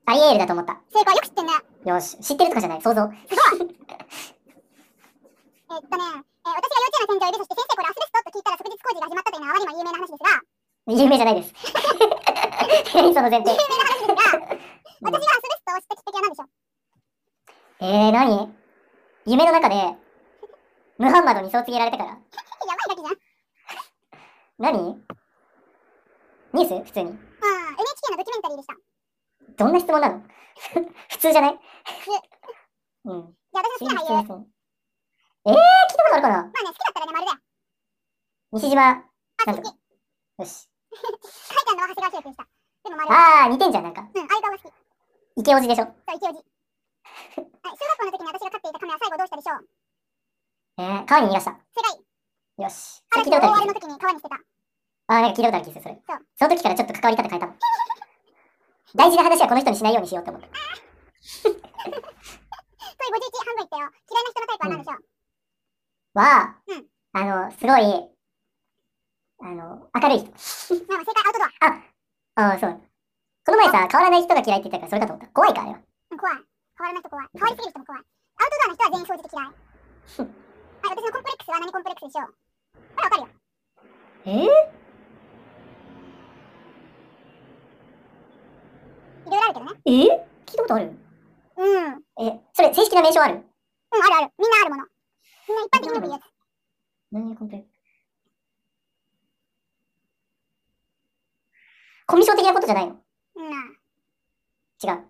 Speaker 1: アリエールだと思った。
Speaker 2: 正解よく知ってんね
Speaker 1: よし、知ってるとかじゃない、想像。
Speaker 2: えっとね、えー私が幼稚園の天井入りそして先生これ明日ですとと聞いたら即日工事が始まったというのはあまりにも有名な話ですが
Speaker 1: 有名じゃないです。 何その前提。
Speaker 2: 私がアスベストを知ったきっかけは何でしょう
Speaker 1: えー、何夢の中で、ムハンマドにそう告げられたから。
Speaker 2: やばいガキじゃん。
Speaker 1: 何ニュース普通に。
Speaker 2: うん、NHK のドキュメンタリー
Speaker 1: どんな質問なの 普通じゃない
Speaker 2: 通
Speaker 1: うん。
Speaker 2: じゃあ私の好きな俳優。
Speaker 1: 優。えー、聞いたことあるかな
Speaker 2: まあね、好きだったらね、まるだよ。
Speaker 1: 西島。
Speaker 2: あ、
Speaker 1: な
Speaker 2: 好
Speaker 1: ん
Speaker 2: き。
Speaker 1: だよし。
Speaker 2: 書いたのは長谷川秀平でした。でもまるだ。
Speaker 1: あー、似てんじゃん、なんか。
Speaker 2: うん、相川が好き。
Speaker 1: イケオジでしょ。
Speaker 2: そう、一応じ。はい、小学校の時に私が飼っていた亀は最後どうしたでしょう
Speaker 1: えー、川に逃がした。
Speaker 2: 世界、
Speaker 1: よし。それ聞い
Speaker 2: 嵐
Speaker 1: た
Speaker 2: の
Speaker 1: ことある
Speaker 2: 大荒れの。時に川に捨てた。
Speaker 1: あー、なんか聞いたことある気がする、それ。
Speaker 2: そう
Speaker 1: その時からちょっと関わり方変えたの。大事な話はこの人にしないようにしようと思って。
Speaker 2: 問い51、半分いったよ。嫌いな人のタイプは何でしょう、
Speaker 1: は、
Speaker 2: うん
Speaker 1: あの、すごい、あの、明るい人。
Speaker 2: まあまあ正解、アウトドア。
Speaker 1: あー、そう。この前さ、変わらない人が嫌いって言ったから、それかと思った。怖いからよ。
Speaker 2: うん、怖い。変わらない人怖い。変わりすぎる人も怖い。アウトドアの人は全員正直嫌い。はい、私のコンプレックスは何コンプレックスでしょうこれわかるよ。
Speaker 1: えー、
Speaker 2: いろいろあるけどね。
Speaker 1: えー、聞いたことある
Speaker 2: うん。うん、
Speaker 1: え、それ正式な名称ある
Speaker 2: あるある。みんなあるもの。みんな一般的によく言うやつ。
Speaker 1: 何コンプレコミュ障的なことじゃないの
Speaker 2: うんな。
Speaker 1: 違う。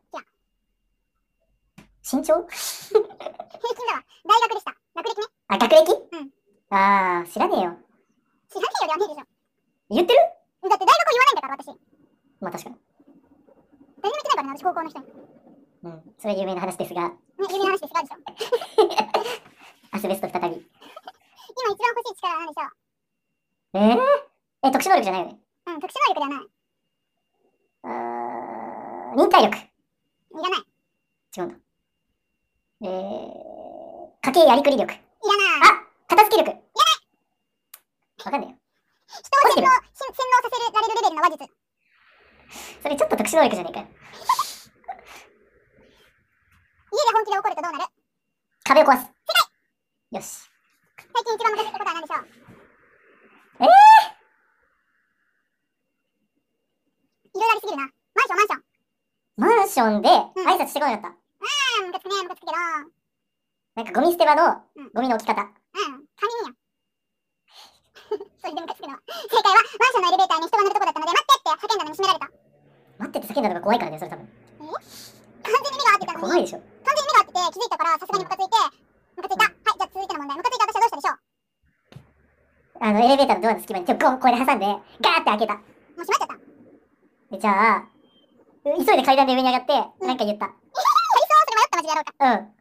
Speaker 1: 身長
Speaker 2: 平均だわ。大学でした。学歴ね。
Speaker 1: あ、学歴
Speaker 2: うん
Speaker 1: あー、知らねえよ。
Speaker 2: 知らねえよではねえでしょ。
Speaker 1: 言ってる
Speaker 2: だって大学言わないんだから私。
Speaker 1: まあ確かに。
Speaker 2: 誰にも言ってないからね、私高校の人に。ね、
Speaker 1: うん。それは有名な話ですが、
Speaker 2: 有名な話ですが、でしょ。
Speaker 1: アスベスト再び。
Speaker 2: 今一番欲しい力は何でしょう
Speaker 1: えー、え、特殊能力じゃないよね。
Speaker 2: うん、特殊能力ではない。
Speaker 1: あー、忍耐力。
Speaker 2: いらない。
Speaker 1: 違うんだ。えー、家計やりくり力。
Speaker 2: いらない。
Speaker 1: あ片付け力。やばいわかんないよ。
Speaker 2: 人を洗脳し洗脳させられるレベルの話術。
Speaker 1: それちょっと特殊能力じゃねえかよ。
Speaker 2: 家で本気で怒るとどうなる
Speaker 1: 壁を壊す。よし。
Speaker 2: 最近一番ムカついたことは何でしょう
Speaker 1: えー
Speaker 2: いろいろありすぎるな。マンショ
Speaker 1: マンション
Speaker 2: ン、マンション。
Speaker 1: で挨拶してこなかった。
Speaker 2: あー、ムカつくね、ムカつくけど。う
Speaker 1: なんかゴミ捨て場の
Speaker 2: うん
Speaker 1: ゴミの置き方。
Speaker 2: ん、 管理人や。それでムカつくのは。正解は、マンションのエレベーターに人が乗るとこだったので、待ってって叫んだのに閉められた。
Speaker 1: 待ってって叫んだのが怖いからね、それ多分。
Speaker 2: 完全に目が合ってたの
Speaker 1: 怖
Speaker 2: に、
Speaker 1: いでしょ。
Speaker 2: 完全に目が合ってて気づいたから、さすがにムカついて、ムカついた。はい、じゃあ続いての問題。ムカついた私はどうしたでしょう
Speaker 1: あの、エレベーターのドアの隙間に手をゴンこれで挟んで、ガーって開けた。
Speaker 2: もう閉まっちゃった。
Speaker 1: でじゃあ、う急いで階段で上に上がって、なんか言った。
Speaker 2: それ迷ったマジでやろうか。
Speaker 1: うん。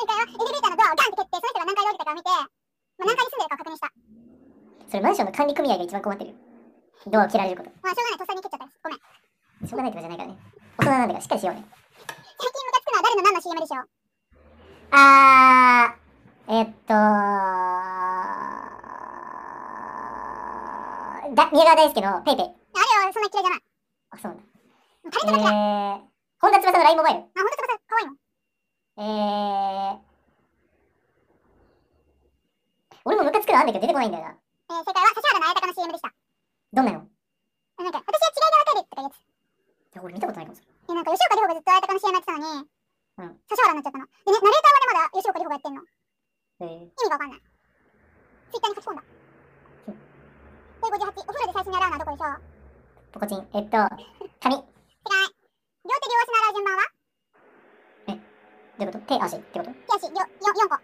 Speaker 2: 正解は、エレベーターのドアをガンって蹴って、その人が何階で降りたかを見て、まあ、何階に住んでるかを確認した。
Speaker 1: それマンションの管理組合が一番困ってるよ。ドアを切られること。
Speaker 2: まあ、しょうがない、とっさに蹴っちゃったです。ごめん。
Speaker 1: しょうがないとかじゃないからね。大人なんだからしっかりしようね。
Speaker 2: 最近ムカつくのは誰の何の CM でしょう
Speaker 1: あー、えっとだ、宮川大輔のペイペイ。
Speaker 2: あれはそんな嫌いじゃない。
Speaker 1: あ、そうなんだ。
Speaker 2: カレーとか嫌い。
Speaker 1: えー、本田翼の LINE モバイル。
Speaker 2: まあ、ほんと翼可愛いもん。
Speaker 1: えー、俺もムカつくのあんだけど出てこないんだよな。
Speaker 2: えー、正解は、指原の綾鷹の CM でした。
Speaker 1: どんなのい
Speaker 2: なんか、私は嫌いがわかるとか言うやつ。
Speaker 1: や俺見たことないかもしれ
Speaker 2: え、なんか、吉岡里帆がずっと綾鷹の CM やってたのに、
Speaker 1: うん
Speaker 2: 指原になっちゃったの。でね、ナレーターはね、まだ吉岡里帆がやってんの。
Speaker 1: ない。え
Speaker 2: 意味がわかんない。ツイッターに書き込ん
Speaker 1: う
Speaker 2: だ。
Speaker 1: ん
Speaker 2: 問い58、お風呂で最初に洗うのはどこでしょう
Speaker 1: ー、ポコチン。えっと、髪。ど
Speaker 2: 正解。両手両足の洗う順番は
Speaker 1: ういうこと手、足ってこと
Speaker 2: 手足、両、四四個。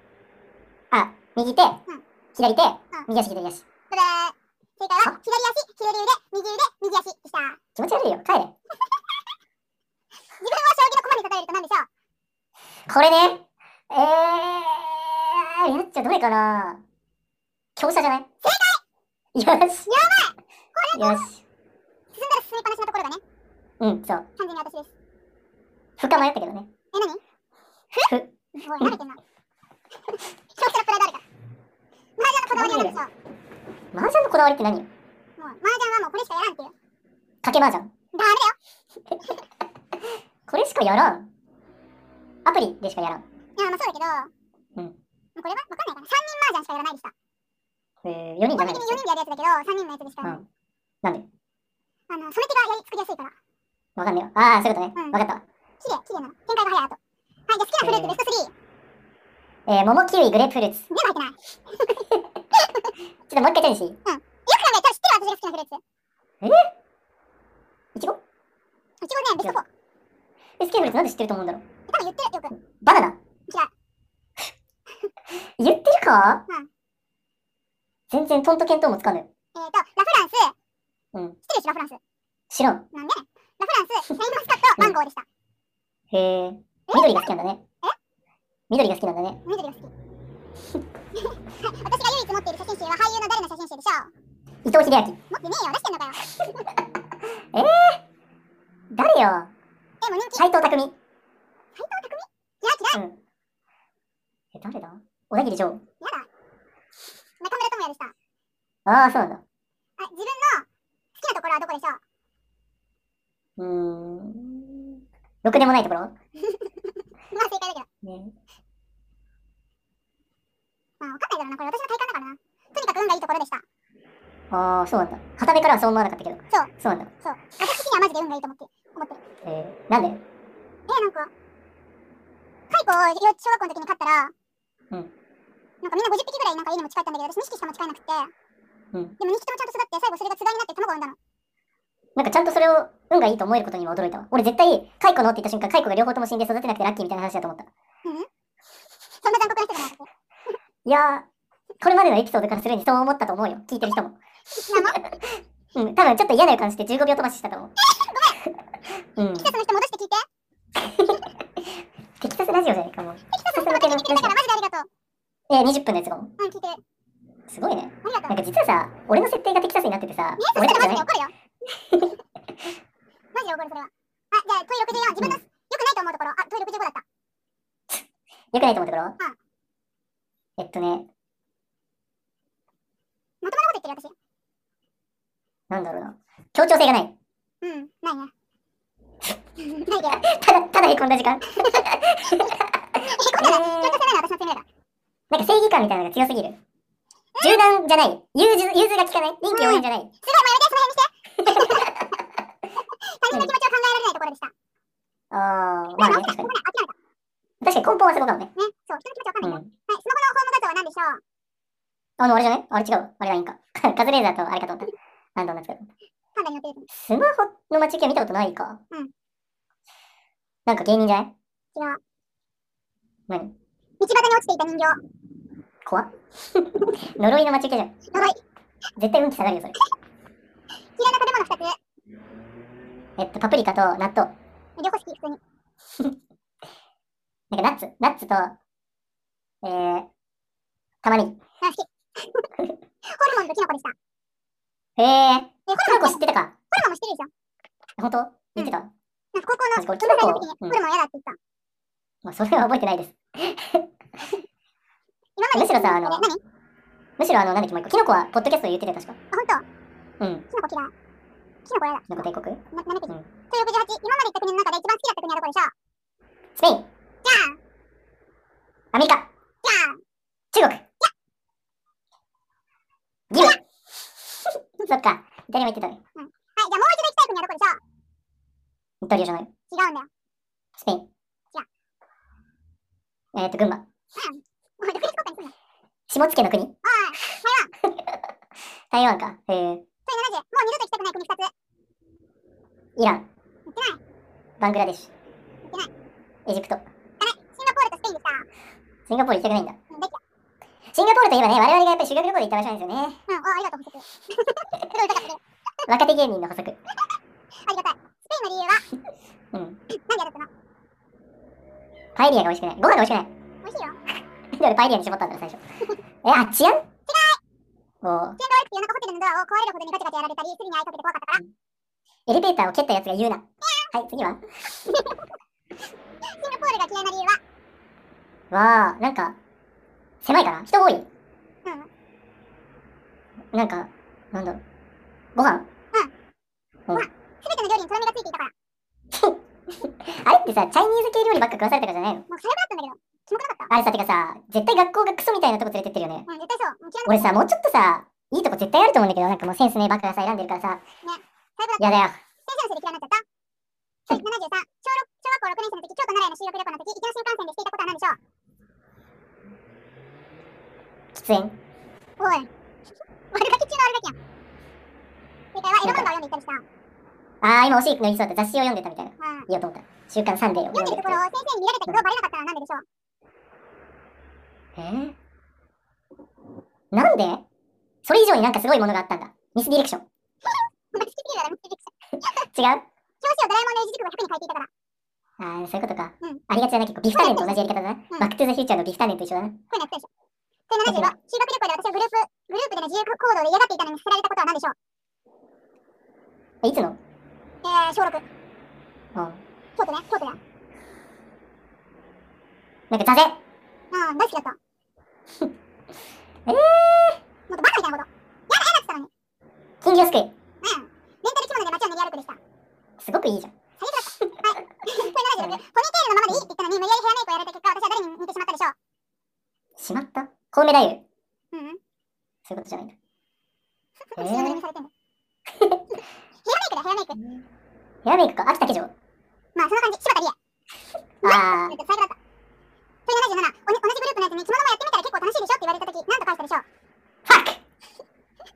Speaker 1: あ、右手、
Speaker 2: ん
Speaker 1: 左手、
Speaker 2: ん
Speaker 1: 右足、左足。
Speaker 2: ブブー。正解は、左足、左腕、右腕、右足でした。
Speaker 1: 気持ち悪いよ。帰れ。
Speaker 2: 自分は将棋の駒に例えると何でしょう
Speaker 1: これね。えー、やっちゃどれかな強者じゃない正解よし。やばいよし。
Speaker 2: 進んだら進みっぱなしのところがね、
Speaker 1: うん、そう。
Speaker 2: 完全に私です。
Speaker 1: 深迷ったけどね。
Speaker 2: え、
Speaker 1: ふ、
Speaker 2: 何おい、慣れてんな。消費者のプライドあるから。麻雀のこだわりあるでしょ。
Speaker 1: 麻雀のこだわりって何よ
Speaker 2: もう、麻雀はもうこれしかやらんっていう。
Speaker 1: かけ麻雀。
Speaker 2: ダメだよ。
Speaker 1: これしかやらん。アプリでしかやらん。
Speaker 2: いや、まあそうだけ
Speaker 1: う
Speaker 2: ど、
Speaker 1: ん
Speaker 2: もうこれはわかんないから、3人麻雀しかやらないでした。
Speaker 1: えー、4人じゃな
Speaker 2: 基
Speaker 1: い
Speaker 2: 本的
Speaker 1: です
Speaker 2: に4人でやるやつだけど、3人のやつでしか
Speaker 1: う
Speaker 2: やらない。
Speaker 1: ん。なんで
Speaker 2: あの、染め手がやり作りやすいから、
Speaker 1: わかんないよ。ああ、そういうことね。
Speaker 2: う
Speaker 1: わ、
Speaker 2: ん
Speaker 1: かったわ。
Speaker 2: 綺麗、綺麗なの。展開が早いあと。はい、じゃあ好きなフルーツベスト3。
Speaker 1: えー、桃、キウイ、グレープフルーツ。ちょ
Speaker 2: 全部入ってない。よく
Speaker 1: っともう一回チャレンジしていい
Speaker 2: 考えたら知ってる私が好きなフルーツ。
Speaker 1: いちご
Speaker 2: いちごね、ベ
Speaker 1: エ
Speaker 2: スト4。
Speaker 1: スケーフルーツなんで知ってると思うんだろう
Speaker 2: 多分言ってるよく。
Speaker 1: バナナ 言ってるか、
Speaker 2: うん
Speaker 1: 全然トント見当もつかぬ。
Speaker 2: えっと、ラフラ
Speaker 1: う
Speaker 2: ンス、
Speaker 1: ん。
Speaker 2: 失礼しラフランス。
Speaker 1: 知らん。
Speaker 2: なんでラフランス、シャインマスカット、マンゴーでした。
Speaker 1: へえ。緑が好きなんだね。
Speaker 2: え
Speaker 1: 緑が好きなんだね。
Speaker 2: 緑が好き。 私が唯一持っている写真集は俳優の誰の写真集でしょう
Speaker 1: 伊藤英明。
Speaker 2: 持ってねえよ、出してんのかよ。
Speaker 1: 誰よ
Speaker 2: でも人気。
Speaker 1: 斎藤匠。
Speaker 2: いや、嫌い。
Speaker 1: うん。え、誰だ小田切城。
Speaker 2: やだ。中村智也でした。
Speaker 1: ああ、そうなんだ。
Speaker 2: あ自分の好きなところはどこでしょう
Speaker 1: うーん。ろくでもないところ
Speaker 2: まあ正解だけど。
Speaker 1: ね。
Speaker 2: まあわかんないだろうな、これ私の体感だからな。とにかく運がいいところでした。
Speaker 1: ああ、そうなんだ。片目からはそう思わなかったけど。
Speaker 2: そう。
Speaker 1: そうなんだ。
Speaker 2: 私的にはマジで運がいいと思って思ってる。
Speaker 1: えー、なんで
Speaker 2: えー、なんか、カイコを幼小学校の時に飼ったら、
Speaker 1: うん
Speaker 2: なんかみんな50匹ぐらいなんか家に持ち帰ったんだけど、私2匹しか持ち帰らなくて、
Speaker 1: うん
Speaker 2: でも2匹ともちゃんと育って、最後それがつがいになって卵を産んだの。
Speaker 1: なんかちゃんとそれを運がいいと思えることに今驚いたわ。俺絶対、カイコのって言った瞬間、カイコが両方とも死んで育てなくてラッキーみたいな話だと思った。
Speaker 2: そんな残酷な人じゃなくて。
Speaker 1: いやー、これまでのエピソードからするにそう思ったと思うよ。聞いてる人も。
Speaker 2: なも、
Speaker 1: うん、多分ちょっと嫌な予感して15秒飛ばししたと思う。 うん。
Speaker 2: テキサスの人戻して聞いて。
Speaker 1: テキサスラジオじゃないかもう。テキサス
Speaker 2: そ
Speaker 1: 向
Speaker 2: の
Speaker 1: けの
Speaker 2: 時
Speaker 1: ラジ
Speaker 2: に聞いてくれたからマジでありがとう。
Speaker 1: オ。えー、20分のやつかも。
Speaker 2: うん、聞いてる。あ
Speaker 1: すごいね。
Speaker 2: り
Speaker 1: なん
Speaker 2: がとう。ね
Speaker 1: か実はさ、俺の設定がテキサスになっててさ、
Speaker 2: そ
Speaker 1: 俺
Speaker 2: した
Speaker 1: たちじゃ
Speaker 2: ら
Speaker 1: ない。
Speaker 2: マジで怒るよ。マジで怒る、それは。あ、じゃあ、問い64、自分の、良くないと思うところ。あ、問い65だった。
Speaker 1: よくないと思うところえっとね、
Speaker 2: まともなこと言ってるよ、私。
Speaker 1: なんだろうな。協調性がない。
Speaker 2: うん、ないね。ないけど。え、
Speaker 1: ただ、ただへこんだ 時間。
Speaker 2: こんなの、ちょっとせないのは私の責めだから。
Speaker 1: なんか正義感みたいなのが強すぎる。柔軟じゃない。融通融通が効かない。臨機応変じゃない。
Speaker 2: 他人の気持ちを考えられないところでした。
Speaker 1: あー、
Speaker 2: ま
Speaker 1: ま
Speaker 2: あ、
Speaker 1: あね
Speaker 2: ごめん、、
Speaker 1: 確かに。
Speaker 2: ごめん、諦めた。
Speaker 1: 確かに根本はそこかもね。
Speaker 2: ね、そう、人の気持ちわかん
Speaker 1: う
Speaker 2: ない
Speaker 1: ん。
Speaker 2: けど。はい、スマホのホーム画像は何でしょう
Speaker 1: あの、あれじゃないあれ違うわ。あれラインか。 カズレーザーとあれかと思った。なんだなんですか。
Speaker 2: パンダに乗ってる時
Speaker 1: スマホの待ち受け見たことないか。
Speaker 2: うん。
Speaker 1: なんか芸人じゃない
Speaker 2: 違う。
Speaker 1: 何
Speaker 2: 道端に落ちていた人形。
Speaker 1: 怖っ呪いの待ち受けじゃん。
Speaker 2: 呪い。
Speaker 1: 絶対運気下がるよ、それ。
Speaker 2: 嫌いな食べ物二つ。
Speaker 1: えっと、パプリカと納豆。
Speaker 2: 両方好き、普通に。
Speaker 1: なんかナッツ。ナッツと、えー、玉ね
Speaker 2: あ、好き。ホルモンとキノコでした。え、
Speaker 1: ぎ。へえー。
Speaker 2: ホ
Speaker 1: キノ
Speaker 2: ルモ
Speaker 1: コ
Speaker 2: ン
Speaker 1: 知ってたか
Speaker 2: ホルモンも知ってるでしょ
Speaker 1: 本当言ってた、
Speaker 2: なんか高校
Speaker 1: 確
Speaker 2: の
Speaker 1: かに
Speaker 2: 運動会の時に
Speaker 1: キノコうん
Speaker 2: ホルモン嫌だって言った。
Speaker 1: まあ、それは覚えてないです。
Speaker 2: 今まで
Speaker 1: むしろさあの
Speaker 2: 何あ、
Speaker 1: むしろあの、なんだっけ、もう一個キノコはポッドキャストで言ってたよ確か。
Speaker 2: ほん
Speaker 1: う
Speaker 2: と
Speaker 1: ん。
Speaker 2: キノコ嫌い。キノコ嫌だ。
Speaker 1: キノコ帝国
Speaker 2: な、7匹。
Speaker 1: うん
Speaker 2: と68、今まで行った国の中で一番好きだった国はどこでしょう
Speaker 1: スペイン。
Speaker 2: じゃあ、
Speaker 1: アメリカ。
Speaker 2: じゃあ、
Speaker 1: 中国。ギブ。 そっか。イタリアも言ってたね。
Speaker 2: はい、じゃあもう一度行きたい国はどこでしょう
Speaker 1: イタリアじゃない。
Speaker 2: 違うんだよ。
Speaker 1: スペイン。
Speaker 2: じゃ
Speaker 1: えーっと、群馬。
Speaker 2: もう独立国家にすんな。
Speaker 1: 下野の国。
Speaker 2: おい。
Speaker 1: 台湾か。えー、
Speaker 2: 問い70、もう二度と行きたくない国2つ。イ
Speaker 1: イラン。
Speaker 2: 行ってない
Speaker 1: バングラデシ
Speaker 2: 行って
Speaker 1: ュ。エジプト。
Speaker 2: ンガポールとスペインでした。
Speaker 1: シンガポール行きたくないんだ。
Speaker 2: うん、できた。
Speaker 1: シンガポールといえばね、我々がやっぱり修学旅行で行った場所なんですよね。
Speaker 2: うん、おありがとう、補足。それを疑ってくれる
Speaker 1: 若手芸人の補足。
Speaker 2: ありがたい。スペインの理由は、
Speaker 1: うん。
Speaker 2: なんでやったの
Speaker 1: パエリアが美味しくない。ご飯が美味しくない。
Speaker 2: 美味しいよ。
Speaker 1: で、俺パエリアに絞ったんだよ、 最初。え、あ、治安違うおう
Speaker 2: 電動エクス夜中ホテルのドアを壊れるほどにガチャガチャやられたり、すぐに会いかけて怖かったから、
Speaker 1: エレベーターを蹴ったやつが言うな。はい、次は
Speaker 2: シンガポールが嫌いな理由は、
Speaker 1: わあ、なんか、狭いかな人多いなんか、なんだろう。ご飯
Speaker 2: すべての料理にとろみがついていたから、
Speaker 1: あれってさ、チャイニーズ系料理ばっか食わされたからじゃないの
Speaker 2: もうそれもあったんだけど、キモくなかった
Speaker 1: あれさ、てかさ、絶対学校がクソみたいなとこ連れてってるよね。
Speaker 2: うん、絶対そう。もう嫌い
Speaker 1: 俺
Speaker 2: な
Speaker 1: さ、もうちょっとさ、いいとこ絶対あると思うんだけど、なんかもうセンスねえばっかがさ、選んでるからさ、
Speaker 2: タイプだ
Speaker 1: やだよ。
Speaker 2: った。先生のせいで嫌いになっちゃった。73、小六小学校6年生の時、京都奈良への修学旅行の時、行きの新幹線でしていたことは何でしょう
Speaker 1: 喫煙。
Speaker 2: おい。悪ガキ中の悪ガキやん。正解は、エロ漫画を読んでいたりした。
Speaker 1: ああ、今、惜しいの言いそうだった。雑誌を読んでたみたいな。
Speaker 2: うん、
Speaker 1: 言おうと思った。週刊サンデーを
Speaker 2: 読んでるところを先生に見られたけど、バレなかったらなんででしょう。
Speaker 1: えーなんでそれ以上になんかすごいものがあったんだ。ミスディレクション。
Speaker 2: お前好きすぎるだろ、ミステリ
Speaker 1: 違
Speaker 2: ー
Speaker 1: うあ
Speaker 2: 表紙をドラえもんの四字熟語100に変えていたから。
Speaker 1: あー、そういうことか。
Speaker 2: うん
Speaker 1: ありがちだな、結構。ビフタネンと同じやり方だな。
Speaker 2: うん
Speaker 1: バックトゥザフューチャーのビフタネンと一緒だな。
Speaker 2: こういうのやってたでしょ。で、75、修学旅行で私はグループ、グループでの自由行動で嫌がっていたのにさせられたことは何でしょう。
Speaker 1: えいつの
Speaker 2: えー、小
Speaker 1: う
Speaker 2: 6。
Speaker 1: ん。
Speaker 2: 京都ね、京都だ。
Speaker 1: なんか、座禅
Speaker 2: うん、大好き だった。
Speaker 1: えー
Speaker 2: もっとバカみたいなこと。やだ、やだって言ったのに。
Speaker 1: 金魚すくい。
Speaker 2: うん。レンタル着物で街を練り歩くでした。
Speaker 1: すごくいいじゃん。
Speaker 2: これ76、ポニーテールのままでいいって言ったのに、無理やりヘアメイクをやられた結果、私は誰に似てしまったでしょう。
Speaker 1: しまったコウメ太夫。
Speaker 2: うん、うん。
Speaker 1: そういうことじゃないんだ。
Speaker 2: 後ろ塗りにされてんの。ヘアメイクだ、ヘアメイク。
Speaker 1: ヘアメイクか。秋竹城。
Speaker 2: まあ、そんな感じ。柴田理恵。
Speaker 1: あ
Speaker 2: 最高だった。それ77、おに同じグループのやつに着物もやってみたら結構楽しいでしょって言われたとき、なんと返したでしょう。
Speaker 1: ー、ファック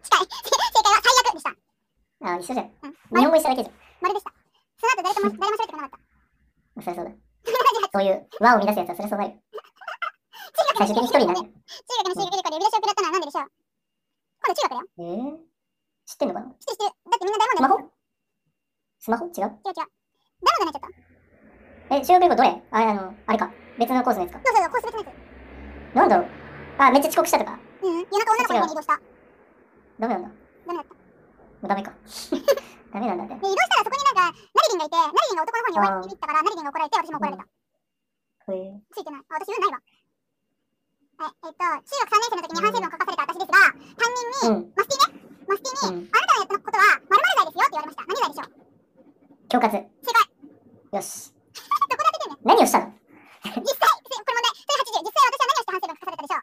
Speaker 2: 近い。正解は最悪でした。
Speaker 1: あー、一緒じゃん。
Speaker 2: うん
Speaker 1: 日本語一緒だけじ
Speaker 2: 丸でした。その後誰とも誰も喋ってこなかった。
Speaker 1: ゃん。そりゃそうだ。
Speaker 2: 78
Speaker 1: そういう和を生み出すやつはそりゃそうなるよ。最終的に一人になる。
Speaker 2: 中学の修学旅行で呼び出しを食らったのは何ででしょう今度中学だよ。
Speaker 1: えー、知ってんのかな
Speaker 2: 知ってる知ってる。だってみんな
Speaker 1: ス
Speaker 2: 大問
Speaker 1: マ
Speaker 2: 題
Speaker 1: ホスマホ違う
Speaker 2: 違う違う。大問題になっちゃった。
Speaker 1: え、修学旅行どれあれ、あの、あれか。別のコースのやつか。
Speaker 2: そうそうそう、コース別のやつ。
Speaker 1: なんだろうあ、めっちゃ遅刻したとか。
Speaker 2: うん。夜中女の子の方に移動した。で、
Speaker 1: ダメなんだ。。
Speaker 2: ダメだった
Speaker 1: もうダメか。 ダメなんだね。
Speaker 2: 移動したらそこになんか、ナリリンがいて、ナリリンが男の方に応援に行ったから、ナリリンが怒られて、私も怒られた。
Speaker 1: へえ
Speaker 2: ついてない。あ、私運ないわ。はい、えっと、中学3年生の時に反省文を書かされた私ですが、担任に、
Speaker 1: うん。
Speaker 2: マスティね、マステ
Speaker 1: う
Speaker 2: ィに、
Speaker 1: ん。
Speaker 2: あなたのやったことは、〇〇罪ですよって言われました。何罪でしょう
Speaker 1: 恐喝。正解。よ
Speaker 2: 正
Speaker 1: し。
Speaker 2: ど
Speaker 1: 何を
Speaker 2: こだっててんねん。
Speaker 1: したの
Speaker 2: 実際、これ問題、それ80、実際私は何をして反省文を書かされたでしょう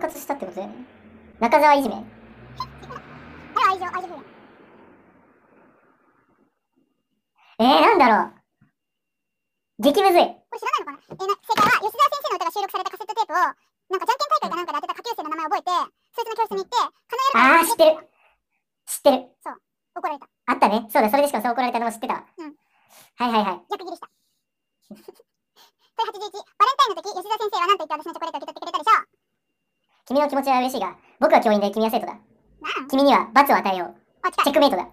Speaker 1: 恐喝したってことだよね。中沢いじめ。
Speaker 2: あれは愛情、愛情表現。
Speaker 1: えー、なんだろう激むずい。
Speaker 2: これ知らないのかな、えーな正解は吉沢先生の歌が収録されたカセットテープをなんかじゃんけん大会かなんかで当てた下級生の名前を覚えてそいつの教室に行って
Speaker 1: あー、知ってる。知ってる。
Speaker 2: 怒られた
Speaker 1: あったね。そうだ、それでしかもそう怒られたのも知ってたわ。
Speaker 2: うん
Speaker 1: はいはいはい。
Speaker 2: 逆ギリしたそれ81バレンタインの時吉沢先生は何と言って私のチョコレートを受け取ってくれたでしょう
Speaker 1: 君の気持ちは嬉しいが、僕は教員で君は生徒だ。
Speaker 2: なん
Speaker 1: 君には罰を与えよう。
Speaker 2: あ近
Speaker 1: チェック
Speaker 2: い
Speaker 1: メイトだ。あー、かっ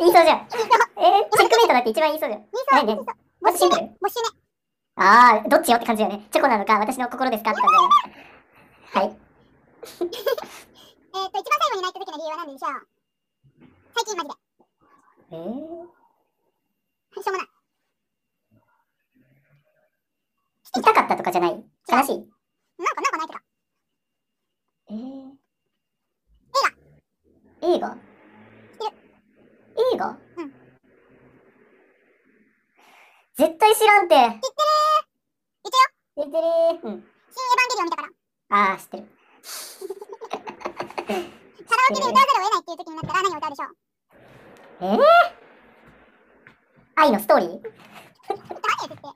Speaker 1: こいい 言いそうじゃん。えー、チェックメイトだって一番言いそうじゃん。
Speaker 2: 言い
Speaker 1: 何
Speaker 2: そう言いそう
Speaker 1: もしシンプル
Speaker 2: 没収ね
Speaker 1: ああ、どっちよって感じだよね。チョコなのか、私の心ですかって感じだよね。はい。
Speaker 2: えーっと一番最後に泣いた時の理由は何でしょう最近マジで
Speaker 1: えー、
Speaker 2: しょうもない
Speaker 1: 痛かったとかじゃない悲しい
Speaker 2: なんかなんか泣いてた
Speaker 1: えー、映画映画映画
Speaker 2: うん
Speaker 1: 絶対知らんって知ってるー知ってるーうん。
Speaker 2: 新エヴァンゲリオン見たから
Speaker 1: ああ、知ってる。
Speaker 2: カラオケで歌わざるを得ないっていう時になったら何を歌うでしょう
Speaker 1: 愛のストーリー
Speaker 2: 何やってて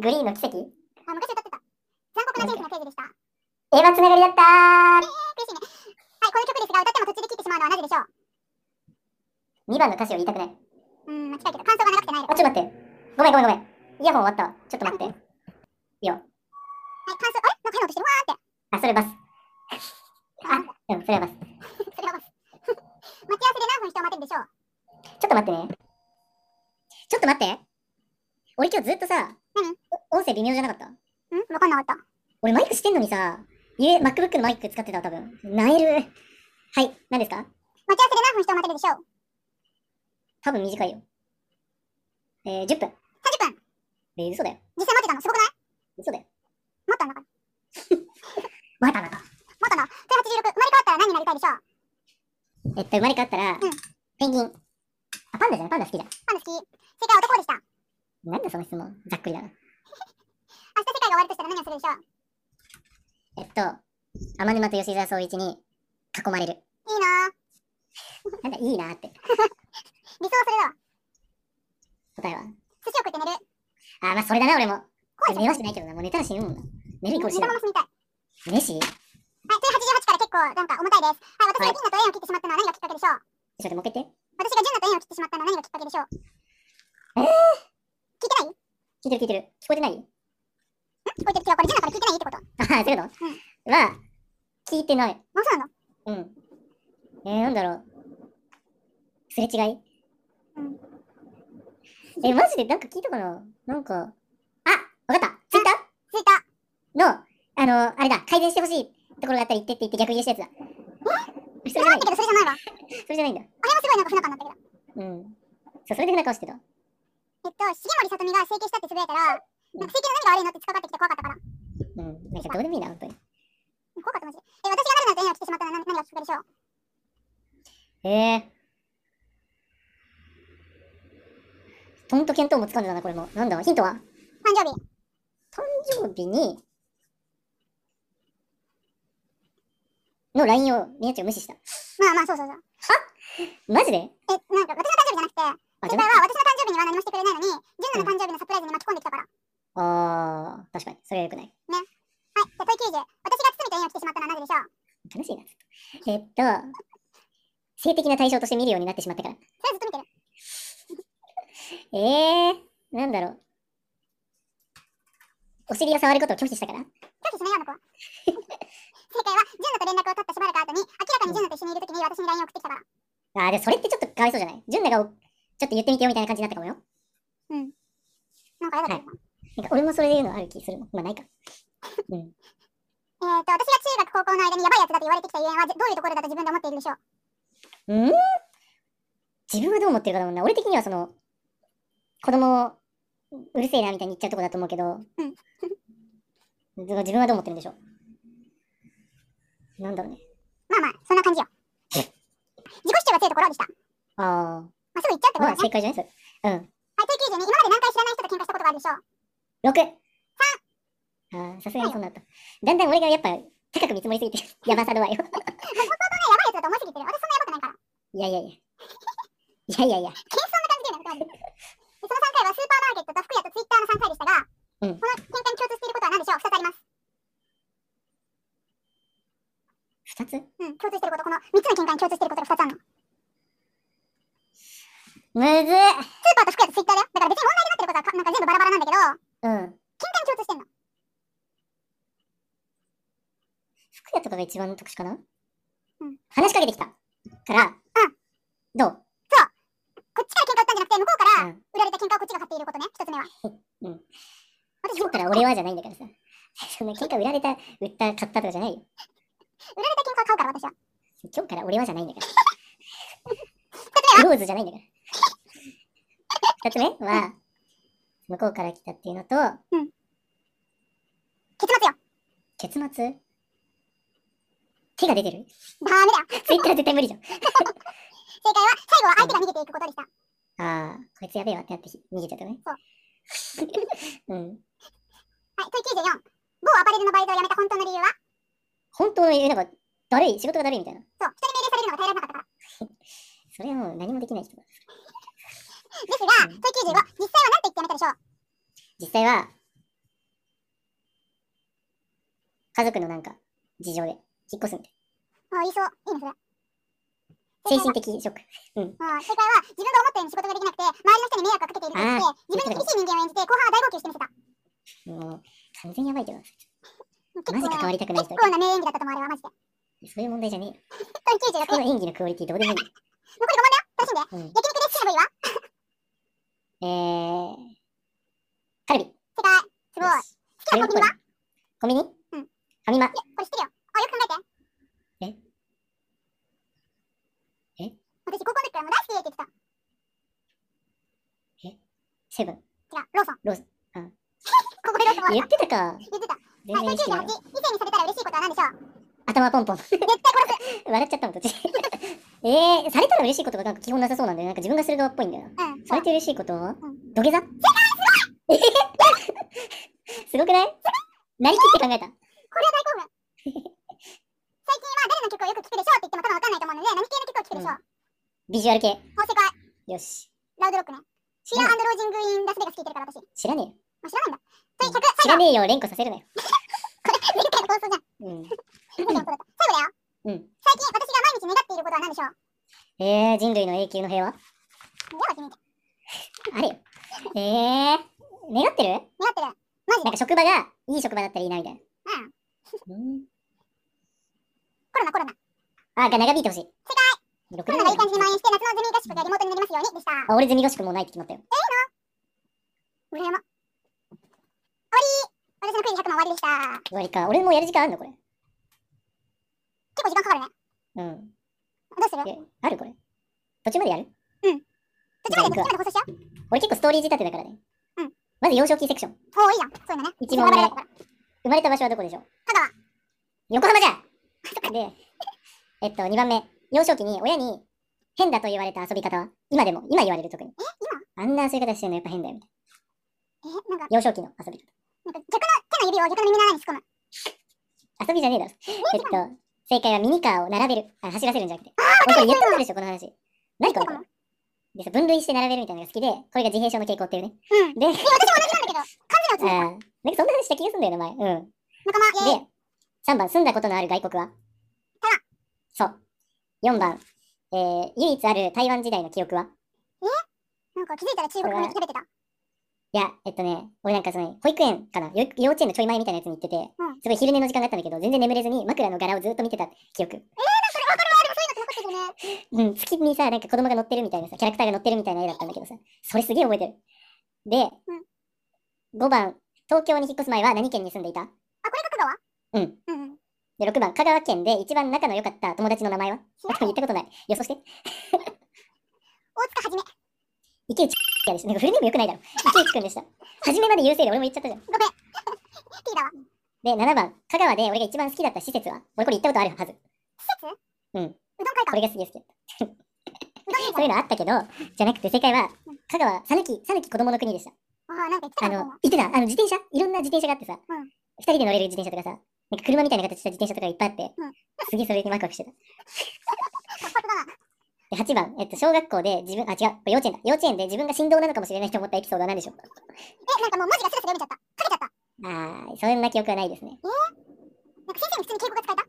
Speaker 1: グリーンの奇跡
Speaker 2: あ昔歌ってた残酷な人生のページでした
Speaker 1: エヴァつながりだったー
Speaker 2: 苦しいね。はい、この曲ですが、歌っても途中で切ってしまうのはなぜでしょ
Speaker 1: !2
Speaker 2: う
Speaker 1: 番の歌詞を言いたくない。
Speaker 2: うーん、まあ近いけど、感想が長くてない
Speaker 1: あ、ちょっと待
Speaker 2: です。
Speaker 1: って。ごめんごめんごめん。イヤホン終わったわ。ちょっと待って。
Speaker 2: はい、感想、
Speaker 1: あ、それ
Speaker 2: あれなんか変な音してる。わーって。
Speaker 1: バス。 あ、うん、それはバス。
Speaker 2: それはバス。
Speaker 1: ち
Speaker 2: 待ち合わせで何分人を待てるでしょう
Speaker 1: ょっと待ってね。ちょっと待って。俺今日ずっとさ、
Speaker 2: 何
Speaker 1: お音声微妙じゃなかった
Speaker 2: んわかんなかった。
Speaker 1: 俺マイクしてんのにさ、家、MacBook のマイク使ってたわ、多分。なえる。はい、何ですか
Speaker 2: 待ち合わせで何分人を待てるでしょう
Speaker 1: 多分短いよ。えー、10分。
Speaker 2: ?30 分。
Speaker 1: えー、嘘だよ。
Speaker 2: 実際待ってたのすごくない
Speaker 1: 嘘だよ。
Speaker 2: もっとあんのかな
Speaker 1: またなか。
Speaker 2: もっとな。それ86、生まれ変わったら何になりたいでしょう
Speaker 1: えっと、生まれ変わったら、
Speaker 2: ん
Speaker 1: ペンギン。あ、パンダじゃないパンダ好きじゃん。
Speaker 2: パンダ好き。正解は男でした。
Speaker 1: なんだその質問。ざっくりだな。
Speaker 2: 明日世界が終わるとしたら何をするでしょう
Speaker 1: えっと、天沼と吉沢総一に囲まれる。
Speaker 2: いいなぁ。
Speaker 1: なんかいいなーって。
Speaker 2: 理想はそ
Speaker 1: 答
Speaker 2: れだわ。
Speaker 1: えは。
Speaker 2: 寿司を食って寝る。
Speaker 1: あー、まあそれだな、俺も。
Speaker 2: 怖い
Speaker 1: 寝はしてないけどな。もう寝たら死ぬもんな。寝るイコール死
Speaker 2: 寝た
Speaker 1: ぬ
Speaker 2: ま。ま死にたい。
Speaker 1: 寝るし
Speaker 2: はい、それ88から結結構なんか重たいです。はい、私が銀河と縁を切ってしまったのは何がきっかけでしょう
Speaker 1: ちょっともう一回言って。
Speaker 2: 私が純河と縁を切ってしまったのは何がきっかけでしょう
Speaker 1: えー
Speaker 2: 聞いてない
Speaker 1: 聞いてる聞いてる。聞こえてない
Speaker 2: 聞こえてるけど、これ純河から聞いてないってこと
Speaker 1: ああ、そういうのは、聞いてない。
Speaker 2: もうそうなの
Speaker 1: うん。えー、なんだろう。すれ違い、
Speaker 2: うん
Speaker 1: え、マジでなんか聞いたかななんか、あわかったツイッター
Speaker 2: ツイッター。
Speaker 1: の、あの、あれだ、改善してほしいところがあったら言ってって言って逆ギレしたやつだ。それじ
Speaker 2: それ
Speaker 1: ゃ
Speaker 2: は
Speaker 1: な
Speaker 2: あ
Speaker 1: い
Speaker 2: っ、たけど、それじゃないわ。あれは
Speaker 1: それじゃないんだ。
Speaker 2: すごいなんか不仲になったけど。
Speaker 1: うん。そう、それでなんかしてた。
Speaker 2: えっと、重森さとみが整形したってつぶやいたら、なんか整形の涙が悪いのって突っかかってきて怖かったから。
Speaker 1: うん。なんかどうでもいいな、本当に。
Speaker 2: 怖かったマジで。え、私がなるなんて縁を切ってしまったのは何何がきっかけでしょう
Speaker 1: へえ。トント見当もつかんでたな、これも。なんだヒントは
Speaker 2: 誕生日。
Speaker 1: 誕生日に、の LINE をみなちゃん無視した。
Speaker 2: まあまあ、そうそうそう。
Speaker 1: マジで
Speaker 2: え、なんか私の誕生日じゃなくて、
Speaker 1: あ、じ
Speaker 2: 先
Speaker 1: ゃ
Speaker 2: 輩は私の誕生日には何もしてくれないのに、純奈の誕生日のサプライズに巻き込んできたから。
Speaker 1: ああー、確かに。それはよくない。
Speaker 2: はい、じゃあ問い90。私が堤と縁を切ってしまったのはなぜでしょう
Speaker 1: 悲しいな、ちょっと。えっと、性的な対象として見るようになってしまったから。
Speaker 2: それはずっと見てる。
Speaker 1: ええー、なんだろう。お尻を触ることを拒否したから
Speaker 2: 拒否しないよ、あの子は。 正解は、純奈と連絡を取ったしばらく後に、明らかに純奈と一緒にいるときに私に LINE を送ってきたから。
Speaker 1: ああ、でもそれってちょっとかわいそうじゃない純奈がおちょっと言ってみてよみたいな感じになったかもよ。
Speaker 2: なんかやだっ
Speaker 1: なんか
Speaker 2: た、
Speaker 1: 俺もそれで言うのある気するもん。まあないか。うん。
Speaker 2: えっ、と、私が中学、高校の間にやばいやつだと言われてきたゆえんは、どういうところだと自分で思っているでしょう
Speaker 1: うん自分はどう思ってるかだもんな。俺的にはその、子供をうるせえなみたいに言っちゃうとこだと思うけど、でも自分はどう思ってるんでしょう。なんだろうね。
Speaker 2: まあまあ、そんな感じよ。自己主張が強いところでした。
Speaker 1: あ
Speaker 2: まあ、すぐ行っちゃ
Speaker 1: あ、ま
Speaker 2: うってこ
Speaker 1: あ
Speaker 2: とで
Speaker 1: 正
Speaker 2: すね。
Speaker 1: 解じゃないです。
Speaker 2: はい、問い92。今まで何回知らない人と喧嘩したことがあるでしょう
Speaker 1: 六。あーさすがにそうなった。だんだん俺がやっぱ高く見積もりすぎて、やばさ度合いを。
Speaker 2: やばいやつだと思いすぎてる。私そんなやばくな
Speaker 1: い
Speaker 2: いから。
Speaker 1: やいやいや。いやいやいや。
Speaker 2: 関係ないその3回はスーパーマーケットと服屋とツイッターの3回でしたが、
Speaker 1: うん
Speaker 2: この喧嘩に共通していることは何でしょう ?2 つあります。
Speaker 1: 二つ
Speaker 2: うん、共通していること、この3つの喧嘩に共通していることが2つあるの。
Speaker 1: むずっ
Speaker 2: スーパーと服屋とツイッターだよ。だから別に問題になってることはかなんか全部バラバラなんだけど、
Speaker 1: うん。
Speaker 2: 喧嘩に共通してるの。
Speaker 1: 服屋とかが一番特殊かな、
Speaker 2: うん
Speaker 1: 話しかけてきた。から、
Speaker 2: うん
Speaker 1: どう
Speaker 2: こっちから喧嘩売ったんじゃなくて、向こうから
Speaker 1: うん
Speaker 2: 売られた喧嘩をこっちが買っていることね、1つ
Speaker 1: う
Speaker 2: 目は。
Speaker 1: ん
Speaker 2: 私、
Speaker 1: だから俺はじゃないんだからさ。 そんな喧嘩売られた、売った、買ったとかじゃないよ。
Speaker 2: 売られた喧嘩を買うから、私は。
Speaker 1: 今日から俺はじゃないんだ から。ローズじゃないんだから。二つ目は、向こうから来たっていうのと、
Speaker 2: 結末よ。
Speaker 1: 結末手が出てる
Speaker 2: ダメだよ。
Speaker 1: ツイッター絶対無理じゃん。
Speaker 2: 正解は、最後は相手が逃げていくことでした。
Speaker 1: ああ、こいつやべえわってなってひ逃げちゃったね。 うん。
Speaker 2: はい、問い94。某アパレルのバイトを辞めた本当の理由は
Speaker 1: 本当の言う、なんか、だるい、仕事がだるいみたいな。
Speaker 2: そう、人に命令されるのが耐えられなかったから。
Speaker 1: それはもう何もできない人だ。
Speaker 2: ですが、問い95、実際は何て言って辞めたでしょう
Speaker 1: 実際は、家族のなんか、事情で、引っ越すみたい
Speaker 2: あ、言いそう。いいね、それ。
Speaker 1: な。精神的ショック。
Speaker 2: ああ正解は自分が思ったように仕事ができなくて周りの人に迷惑をかけていると言って自分に厳しい人間を演じて後半は大号泣してみせた
Speaker 1: もう、完全やばいけど、
Speaker 2: 結
Speaker 1: マジ関
Speaker 2: 構
Speaker 1: わりたくない人
Speaker 2: 結構な名演技だったと思うあれはマジで
Speaker 1: そういう問題じゃねえよ。
Speaker 2: 本当に96
Speaker 1: この演技のクオリティどうでもいい。
Speaker 2: 残り5問だよ楽しんで
Speaker 1: うん
Speaker 2: 焼肉で好きな部位は
Speaker 1: えー、カルビ。
Speaker 2: 正解すごい好きなコンビニは
Speaker 1: コンビニ
Speaker 2: うん
Speaker 1: ファミマ。
Speaker 2: いやこれ知ってるよ
Speaker 1: え
Speaker 2: あよく考えて
Speaker 1: え
Speaker 2: 私高校の時からもう大好きでって言ってた
Speaker 1: セブン。
Speaker 2: 違うローソン
Speaker 1: ローソンうん
Speaker 2: ここでローソン
Speaker 1: 言
Speaker 2: は
Speaker 1: ってたか。
Speaker 2: 言ってたは
Speaker 1: 全然
Speaker 2: い
Speaker 1: 意識ない
Speaker 2: 198。異性にされたら嬉しいことは何でしょう
Speaker 1: 頭ポンポン。
Speaker 2: 絶対殺す
Speaker 1: 笑っちゃったもん、途中。 えー、されたら嬉しいことがなんか基本なさそうなんだよね。なんか自分がする側っぽいんだよな。
Speaker 2: うん
Speaker 1: さ
Speaker 2: そう
Speaker 1: れて嬉しいことは、
Speaker 2: ん
Speaker 1: 土下座世界 すごいすごくないなりきって考えた。
Speaker 2: 最近は誰の曲をよく聴くでしょうって言っても多分わかんないと思うので何系の曲を聴くでしょう
Speaker 1: ビジュアル系。
Speaker 2: あ正解
Speaker 1: よし。
Speaker 2: ラウドロックねシーラーロージングインラスベガス聴いてるから私
Speaker 1: 知らねえよ。
Speaker 2: まあ、知らないん
Speaker 1: 知らねえよ、連
Speaker 2: だ。という100、
Speaker 1: 呼させるなよ。
Speaker 2: 最後、前回の放送じゃん。
Speaker 1: うん。
Speaker 2: 前回の放送だった。最後だよ。
Speaker 1: うん。
Speaker 2: 最近私が毎日願っていることは何でしょう
Speaker 1: えー、人類の永久の平和
Speaker 2: 願ってみて。
Speaker 1: あれよ。えー、願ってる
Speaker 2: 願ってる。
Speaker 1: なんか職場が、いい職場だったらいいな、みたいな。うん。
Speaker 2: コロナコロナ。
Speaker 1: あ、が長引いてほしい。世
Speaker 2: コ
Speaker 1: 界
Speaker 2: ロナがいい感じに蔓延して夏のゼミ合宿がリモートになりますようにでした。
Speaker 1: あ、俺ゼミ合宿もうないって決まったよ。
Speaker 2: 村山。終わり私のクイズ100万終わりでした。
Speaker 1: 終わりか。俺もうやる時間あるのこれ。
Speaker 2: 結構時間かかるね。
Speaker 1: うん。
Speaker 2: どうする
Speaker 1: え、あるこれ。途中までやる
Speaker 2: 途中まで途中まで放送しよう。
Speaker 1: 俺結構ストーリー仕立てだからね。
Speaker 2: うん。
Speaker 1: まず幼少期セクション。
Speaker 2: おお、いいじゃん。そういうのね。
Speaker 1: 一問目
Speaker 2: バラバラだったから
Speaker 1: 生まれた場所はどこでしょう
Speaker 2: 香川
Speaker 1: 横浜じ ゃんで、えっと、2番目。幼少期に親に変だと言われた遊び方は今でも、今言われる特に。え今あんな遊び方してるのやっぱ変だよみたい
Speaker 2: え、なん
Speaker 1: な。幼
Speaker 2: か、
Speaker 1: 少期の遊び方。
Speaker 2: なんか逆の手の指を逆の耳の穴に突っ込
Speaker 1: 遊
Speaker 2: む。
Speaker 1: びじゃねえだろ。えっと、正解はミニカーを並べる。あ、走らせるんじゃなくて。俺これ言ったことあるでしょ、この話。何これこれでさ、分類して並べるみたいなのが好きで、これが自閉症の傾向っていうね。
Speaker 2: うん。
Speaker 1: で、
Speaker 2: なんだけど、
Speaker 1: あーなんかそんな話した気がするんだよね、前。うん。
Speaker 2: 仲間、えー、
Speaker 1: で、3番、住んだことのある外国は
Speaker 2: 台
Speaker 1: そう。4番、えー、唯一ある台湾時代の記憶は
Speaker 2: なんか気づいたら中国語めっちゃ食べてた。
Speaker 1: いや、えっとね、俺なんかその、保育園かなよ幼稚園のちょい前みたいなやつに行ってて、
Speaker 2: ん
Speaker 1: すごい昼寝の時間があったんだけど、全然眠れずに枕の柄をずっと見てた記憶。
Speaker 2: そういうのって残ってるね。
Speaker 1: うん、月にさ、なんか子供が乗ってるみたいなさ、キャラクターが乗ってるみたいな絵だったんだけどさ、それすげえ覚えてる。で、5番、東京に引っ越す前は何県に住んでいた
Speaker 2: あ、これが香川
Speaker 1: うん。
Speaker 2: うん。
Speaker 1: で、6番、香川県で一番仲の良かった友達の名前は
Speaker 2: 知らな
Speaker 1: 多
Speaker 2: い
Speaker 1: 分 言ったことない。予想して。
Speaker 2: 大塚はじめ。
Speaker 1: 池内やでしょ。なんかフルネーム良くないだろ。池内くんでした。初めまで優勢で俺も言っちゃったじゃん。
Speaker 2: T だわ。
Speaker 1: で、7番、香川で俺が一番好きだった施設は俺これ行ったことあるはず。
Speaker 2: 施設うどん会
Speaker 1: こ
Speaker 2: 館。
Speaker 1: れが好きですけど。
Speaker 2: うどん
Speaker 1: そうい
Speaker 2: 会館。
Speaker 1: うのあったけど、じゃなくて正解は、香川、さぬき、さぬき子供の国でした。
Speaker 2: あー、なんか言ってた
Speaker 1: あの、
Speaker 2: な
Speaker 1: 行ってた、あの自転車いろんな自転車があってさ、
Speaker 2: うん
Speaker 1: 二人で乗れる自転車とかさ、なんか車みたいな形した自転車とかがいっぱいあって、
Speaker 2: うん
Speaker 1: すげえそれにワクワクしてた。
Speaker 2: 活発だな。
Speaker 1: で、8番、えっと、小学校で自分、あ、違う、これ幼稚園だ。幼稚園で自分が振動なのかもしれないと思ったエピソードは何でしょう
Speaker 2: え、なんかもう文字がスラスラ読めちゃった。書けちゃった。
Speaker 1: あー、そんな記憶はないですね。
Speaker 2: なんか先生に普通に敬語が使えた。
Speaker 1: い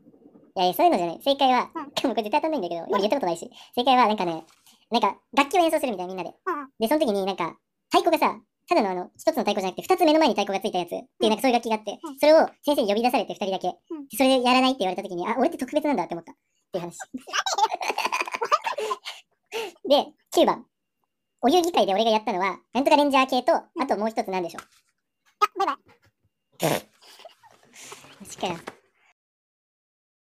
Speaker 1: やいや、そういうのじゃない。正解は、
Speaker 2: う
Speaker 1: で
Speaker 2: ん
Speaker 1: もこれ絶対当たんないんだけど、俺言ったことないし、正解はなんかね、なんか楽器を演奏するみたいなみんなで
Speaker 2: うん。
Speaker 1: で、その時になんか、太鼓がさ、ただのあの、一つの太鼓じゃなくて、二つ目の前に太鼓がついたやつっていう、なんかそういう楽器があって
Speaker 2: うん、
Speaker 1: それを先生に呼び出されて二人だけ、
Speaker 2: ん
Speaker 1: それでやらないって言われた時に、あ、俺って特別なんだって思った。っていう 話。で、9番。お遊戯会で俺がやったのは、なんとかレンジャー系と、あともう一つなんでしょう。
Speaker 2: いや、バイバイ。
Speaker 1: 確かよ